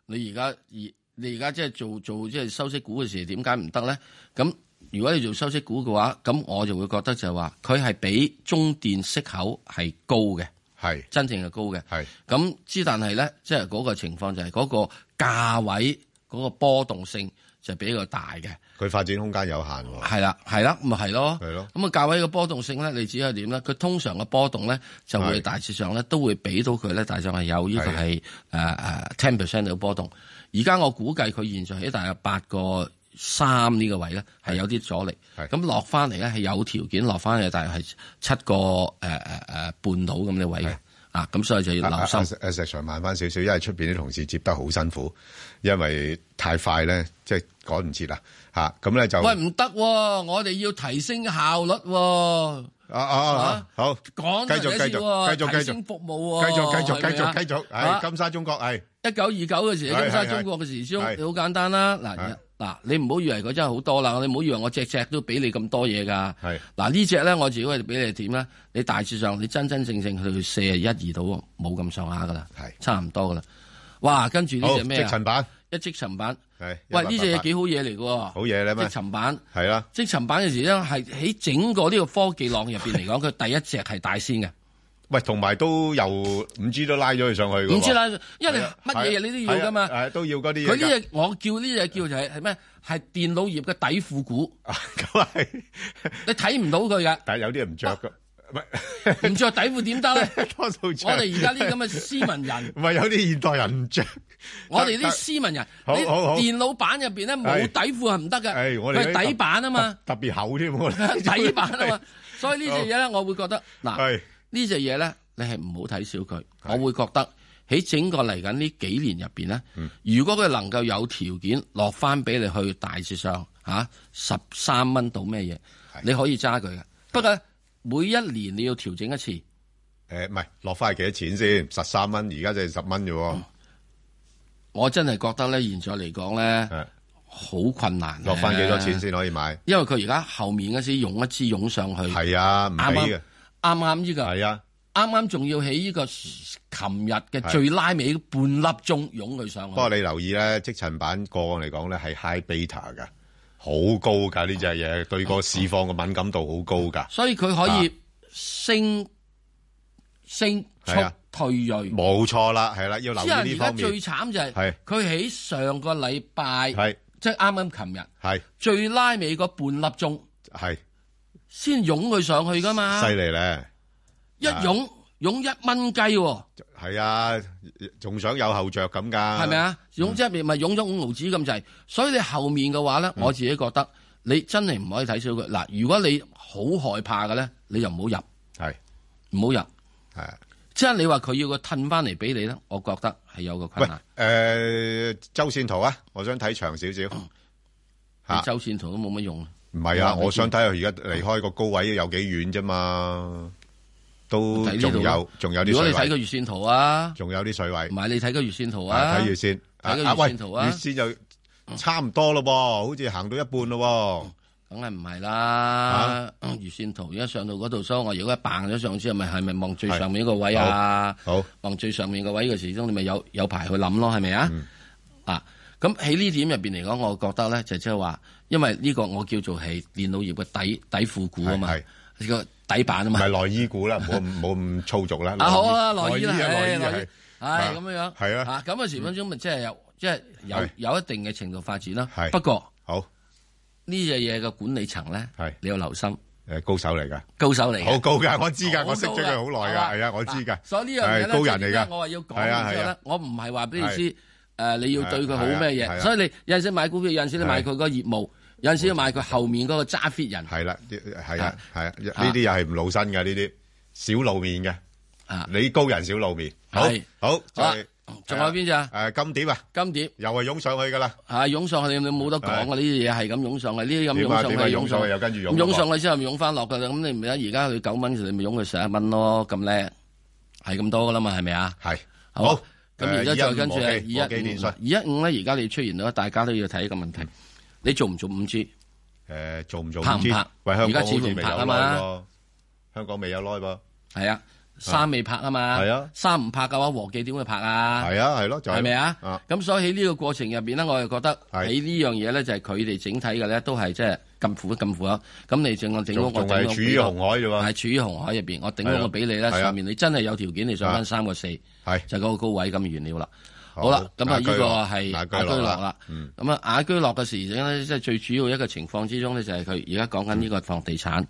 你而家而你而家即係做做即係收息股嘅時，點解唔得咧？咁如果你做收息股嘅話，咁我就會覺得就係話佢係比中電息口係高嘅，
係
真正係高嘅。
係
咁之，但係咧，即係嗰個情況就係嗰個價位嗰、個波動性就比較大嘅。
佢發展空間有限喎。
係啦，係啦，咪係咯。
係咯，
咁啊，價位嘅波動性咧，你只係點咧？佢通常嘅波動咧，就會
係
大致上咧都會俾到佢咧，大致上係有呢個係誒誒 ten percent 嘅波動。而家我估計佢現在喺大約八個三呢個位咧，係有啲阻力。咁落翻嚟咧係有條件落翻嚟，大約係七個誒誒誒半到咁嘅位嘅。啊，咁所以就要留心。
啊啊啊石 Sir 慢翻少少，因為出邊啲同事接得好辛苦，因為太快咧，即係趕唔切啦嚇。咁咧就
喂，唔得喎，我哋要提升效率喎。
啊啊啊
啊，
好，
講
繼
咗
續
人哋
繼
先
續
喎
繼續
提
繼
升
續
服務喎
繼續繼續
哦係咪
繼續
啊
繼續，係
啊
金沙中國係
一九二九嘅時，
係
金沙
係
中國嘅時鐘，
係
你好簡單啦。嗱嗱，你唔好以為佢真係好多啦，你唔好以為我隻隻都俾你咁多嘢㗎。
係
嗱呢只咧，我自己係俾你點咧？你大致上你真真正正去四啊一二度，冇咁上下㗎啦，差唔多㗎啦。哇！跟住呢只咩
好
啊
積塵板，
一積塵板。
係
喂，呢只嘢幾
好
好嘢嚟㗎喎。
好嘢咧咩？
積塵板
係啦，
積塵板嘅時咧，係喺整個呢個科技浪入邊嚟講，佢第一隻係大先嘅。
喂，同埋都由五 G 都拉咗佢上去㗎喎
唔知啦，因為
係啊
乜嘢嘢你都要㗎嘛
啊係啊係啊都要嗰啲嘢㗎。
佢呢只我叫呢只叫就係係咩？係電腦業嘅底褲股。
咁係
你睇唔到 佢噶。
但係有啲人唔着
啊
㗎。
唔着底褲點得咧？
多數著
我哋而家呢啲咁嘅斯 文人，
唔係有啲現代人 唔着，
我哋啲斯文人，
好
你
好好
電腦版入邊咧冇底褲係唔得嘅，
誒，我哋
佢
呢
係底板啊嘛，
特特別厚添， 我哋
底板啊 嘛，所以呢隻嘢咧，我會覺得
係
嗱，呢隻嘢咧，你係唔好睇小佢，我會覺得喺整個嚟緊呢幾年入邊咧，
嗯
如果佢能夠有條件落翻俾你去大致上嚇十三蚊到咩嘢，你可以揸佢嘅。不過呢每一年你要調整一次。
誒，唔係落翻係幾多錢先？十三蚊，而家就係十蚊啫
哦
喎。
我真係覺得咧，現在嚟講咧，好困難。
落返幾多錢先可以買？
因為佢而家後面嗰時湧一支湧上去，
係啊，唔
啱
俾
嗯啱
嘅。
啱啱呢個
係啊，
啱啱仲要喺呢個琴日
係
嘅最拉尾半粒鐘湧佢上
不
去。
過你留意咧，積塵板個案嚟講咧係 high beta 㗎，好高㗎呢只嘢，對
哦
個市況嘅敏感度好高㗎。
所以佢可
啊
以升升速
係啊
退鋭。
冇錯啦，係啦，要留意
之後而
呢
家
方
最
面。
慘就係
係
佢喺上個禮
係
拜，即係啱啱琴日
係
最拉尾嗰半粒鐘
係
先湧佢上去噶嘛
犀，利咧，
一
啊
湧湧一蚊雞喎。
係啊，仲想有後着咁㗎。
係咪
嗯
啊？湧即係咪湧咗五毫子咁滯？所以你後面嘅話咧，
嗯
我自己覺得你真係唔可以睇小佢。嗱，如果你好害怕嘅咧，你就唔好入，
係
唔好入，
係。
即係你話佢要佢褪翻嚟俾你咧，我覺得係有個
喂
困難。，
誒周線圖啊，我想睇長少少。 啊
你周線圖都冇乜用。
唔係啊，
話俾
我想
知
睇下而家離開個高位有幾遠啫嘛。都
睇呢
仲
度咯
有仲有啲
如果
水
你睇個
位，
月線圖啊，
仲有啲水位。
唔係你睇個月線圖啊，
啊，睇月線。
睇個
啊，
月線圖啊，
喂，月線就差唔多咯噃，好似行到一半咯
梗係唔係啦？
啊
月線圖而家上到嗰度，所以我如果一掹咗上去，咪係咪望最上面個位啊？
好，
望最上面個位嘅時鐘，你咪有有排去諗咯，係咪啊？
嗯
啊，咁喺呢點入邊嚟講，我覺得咧就即係話，因為呢個我叫做係電腦業嘅底底褲股啊嘛，呢個底板啊嘛，
唔係內衣股啦，唔好唔好咁粗俗啦。
啊好啊，
內
內衣啦，
內衣啊內
唉
衣啊
內衣
係
係咁樣樣，
係啊
嚇咁嘅時分鐘咪即係有即係有
係
有一定嘅程度發展啦。不過
好
呢隻嘢嘅管理層咧，你要留心，
誒高手嚟㗎，
高手嚟嘅，
好高㗎，我知㗎，
好
我識咗佢
高㗎
好耐㗎，係啊，我知㗎
嗱。所以呢樣嘢咧，
係高人嚟
即係
㗎，
點解我話要講
係啊
完之後
係啊
咧，我唔係話俾你
係
知誒，你要對佢好
係
咩
啊係
嘢，
啊
所以你有陣時買股票，有陣時你買佢嗰個業務，有陣時要買佢後面嗰個揸 fit 人。
係啦，係啊，係啊，呢啲又係唔老身嘅，呢啲少露面嘅。你高人少露面，好
係
好，
好啊
再
仲有邊隻啊？
誒金碟啊，
金碟
又係湧上去㗎啦。
啊，湧上去你冇得講啊！呢啲嘢係咁湧上去，呢啲咁
點啊
湧上去，
點啊湧
湧
上
上
去又跟住湧
湧
上
上去之後咪湧翻落㗎啦。咁你唔啊而家佢九蚊，你咪湧佢十一蚊咯，咁叻係咁多㗎啦嘛，係咪啊？
係
好
好
咁，
誒
然之後再跟住二
2155
一
和記電
五，
訊
二一五咧，而家你出現咗，大家都要睇一個問題，你做唔做五 G？
誒，做唔做
拍
唔
唔
知
拍？
喂，香
而家
港好
似
似
乎
未
唔
有
拍啊
耐
嘛
喎，香港未有耐噃。
係啊，三未拍啊嘛，
係啊，
三唔拍嘅話，和記點會拍啊？
係啊係咯就係
係咪
啊
啊？咁所以喺呢個過程入邊咧，我又覺得喺呢樣嘢咧，就係佢哋整體嘅咧，都係即係咁苦咁苦啊。咁你整我整
仲
我
仲
頂
係
多
處於
俾
紅海啫喎。
係處於紅海入邊，我頂
係啊
嗰個俾你啦。
係啊
上面你真係有條件，你上
啊
翻三個四，
係
就嗰個高位咁完了啦。好啦，咁啊
雅
呢
居
個
樂
係
雅
雅
居
居
樂
樂
啦
啦
嗯。
咁啊雅居樂嘅時咧，即係最主要一個情況之中咧，就係佢而家講緊呢個房地產。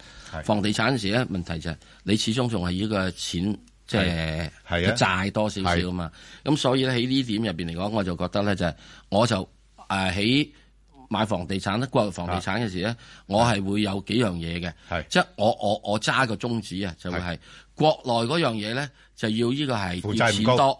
房地產嘅時咧，問題就係你始終仲係呢個錢。即係
係啊
嘅債多少少啊嘛，咁所以咧喺呢點入邊嚟講，我就覺得咧就係我就誒喺買房地產咧，國內房地產嘅時咧，我係會有幾樣嘢嘅，即係我我我揸個宗旨啊，就會係國內嗰樣嘢咧，就要呢個
負
係
債
要
唔
錢
高
多，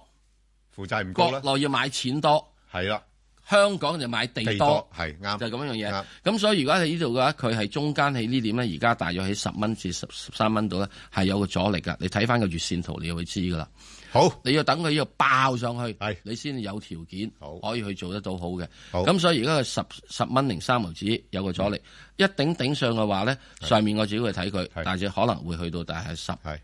負債唔高啦。
國內要買錢多，
係啦，
香港就買地
地
多
多，係啱，
就係咁樣樣嘢。咁所以如果喺呢度嘅話，佢係中間喺呢點咧，而家大約喺十蚊至十三蚊度咧，係有個阻力噶。你睇翻個月線圖，你就會知噶啦。
好，
你要等佢呢度爆上去，你先有條件可以去做得到好嘅。
好
咁所以而家佢十十蚊零三毫子有個阻力，
嗯
一頂頂上嘅話咧，上面我只會睇佢，但係可能會去到大係十二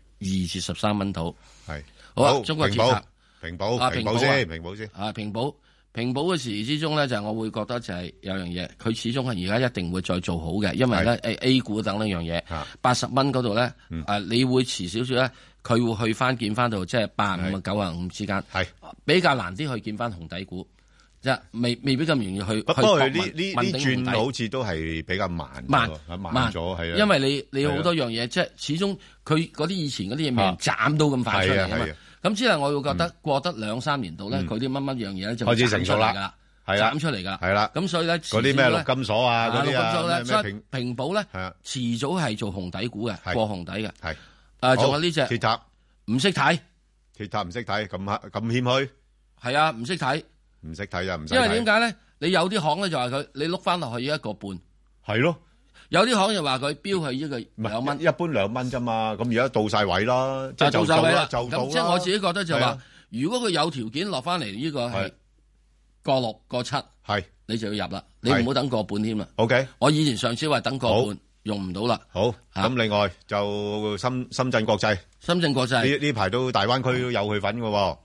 至十三蚊度。
係
好啊
好，
中國
平
鐵
保
塔，
平保
啊
平
啊
保先平保先
啊，平保。平保嘅時之中咧，就係我會覺得就係有樣嘢，佢始終係而家一定會再做好嘅，因為咧 A A 股等呢樣嘢，八十蚊嗰度咧，
嗯
啊你會遲少少咧，佢會去翻見翻到即係八五啊九啊五之間，
係
比較難啲去見翻紅底股，即係未未必咁容易去。
不
去
不過
搏
呢呢
問
呢
問頂紅
轉
底
好似都係比較慢咗
慢
喎，慢咗係啊。
因為你你有
係啊啊
好多樣嘢，即係始終佢嗰啲以前嗰啲嘢未人斬到咁快出嚟啊
係啊
嘛
係啊。
咁之後我會覺得過得兩三年度咧，佢啲乜乜樣嘢咧就會
開始
斬
成
出
熟
嚟
啦
㗎啦，
係啦
斬出嚟㗎啦。
係啦
咁所以咧，
嗰啲咩
遲早呢
陸金所啊嗰啲啊
陸金所呢
咩咩
所以
平
平保咧
係啊，
遲早係做紅底股嘅，過紅底嘅。
係
誒，仲
好
有呢只
鐵塔
唔識睇，
鐵塔唔識睇，咁黑咁謙虛。
係啊，唔識睇，
唔識睇啊，唔使
因為點
解？
解咧？你有啲行咧就話佢，你碌翻落去要一個半。
係咯，
有啲行就話佢標佢呢個兩蚊。
一一般兩蚊啫嘛，咁而家到晒位啦，即係
就
就
晒位
啦，
啦。
就到
咁
啦。
即係我自己覺得就
係
話
啊，
如果佢有條件落翻嚟呢個係過六過七，
係
你就要入啦。你
係
唔好等過半添啦。
OK，
我以前上次話等過半用唔到啦。
好，咁另外就深深圳國際，
深圳國際
呢呢排都大灣區都有佢份嘅喎。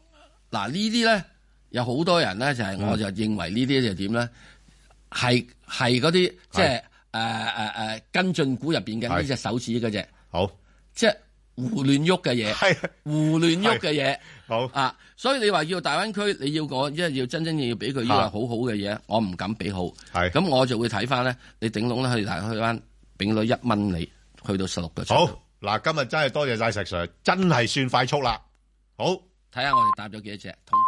嗱呢啲咧有好多人咧就係
嗯
我就認為呢啲就點咧係係嗰啲即係誒誒誒跟進股入邊嘅呢隻手指嗰只
好，
即係胡亂喐嘅嘢，
係
胡亂喐嘅嘢。
好
啊，所以你話要大灣區，你要我即係要真真正要俾佢呢個
啊
好好嘅嘢，我唔敢俾好。
係
咁，我就會睇翻咧，你頂籠咧去大去翻，丙到一蚊你去到十六個七。
好，嗱，今日真係多謝晒石 Sir，真係算快速啦。好，
睇下我哋搭咗幾多隻桶。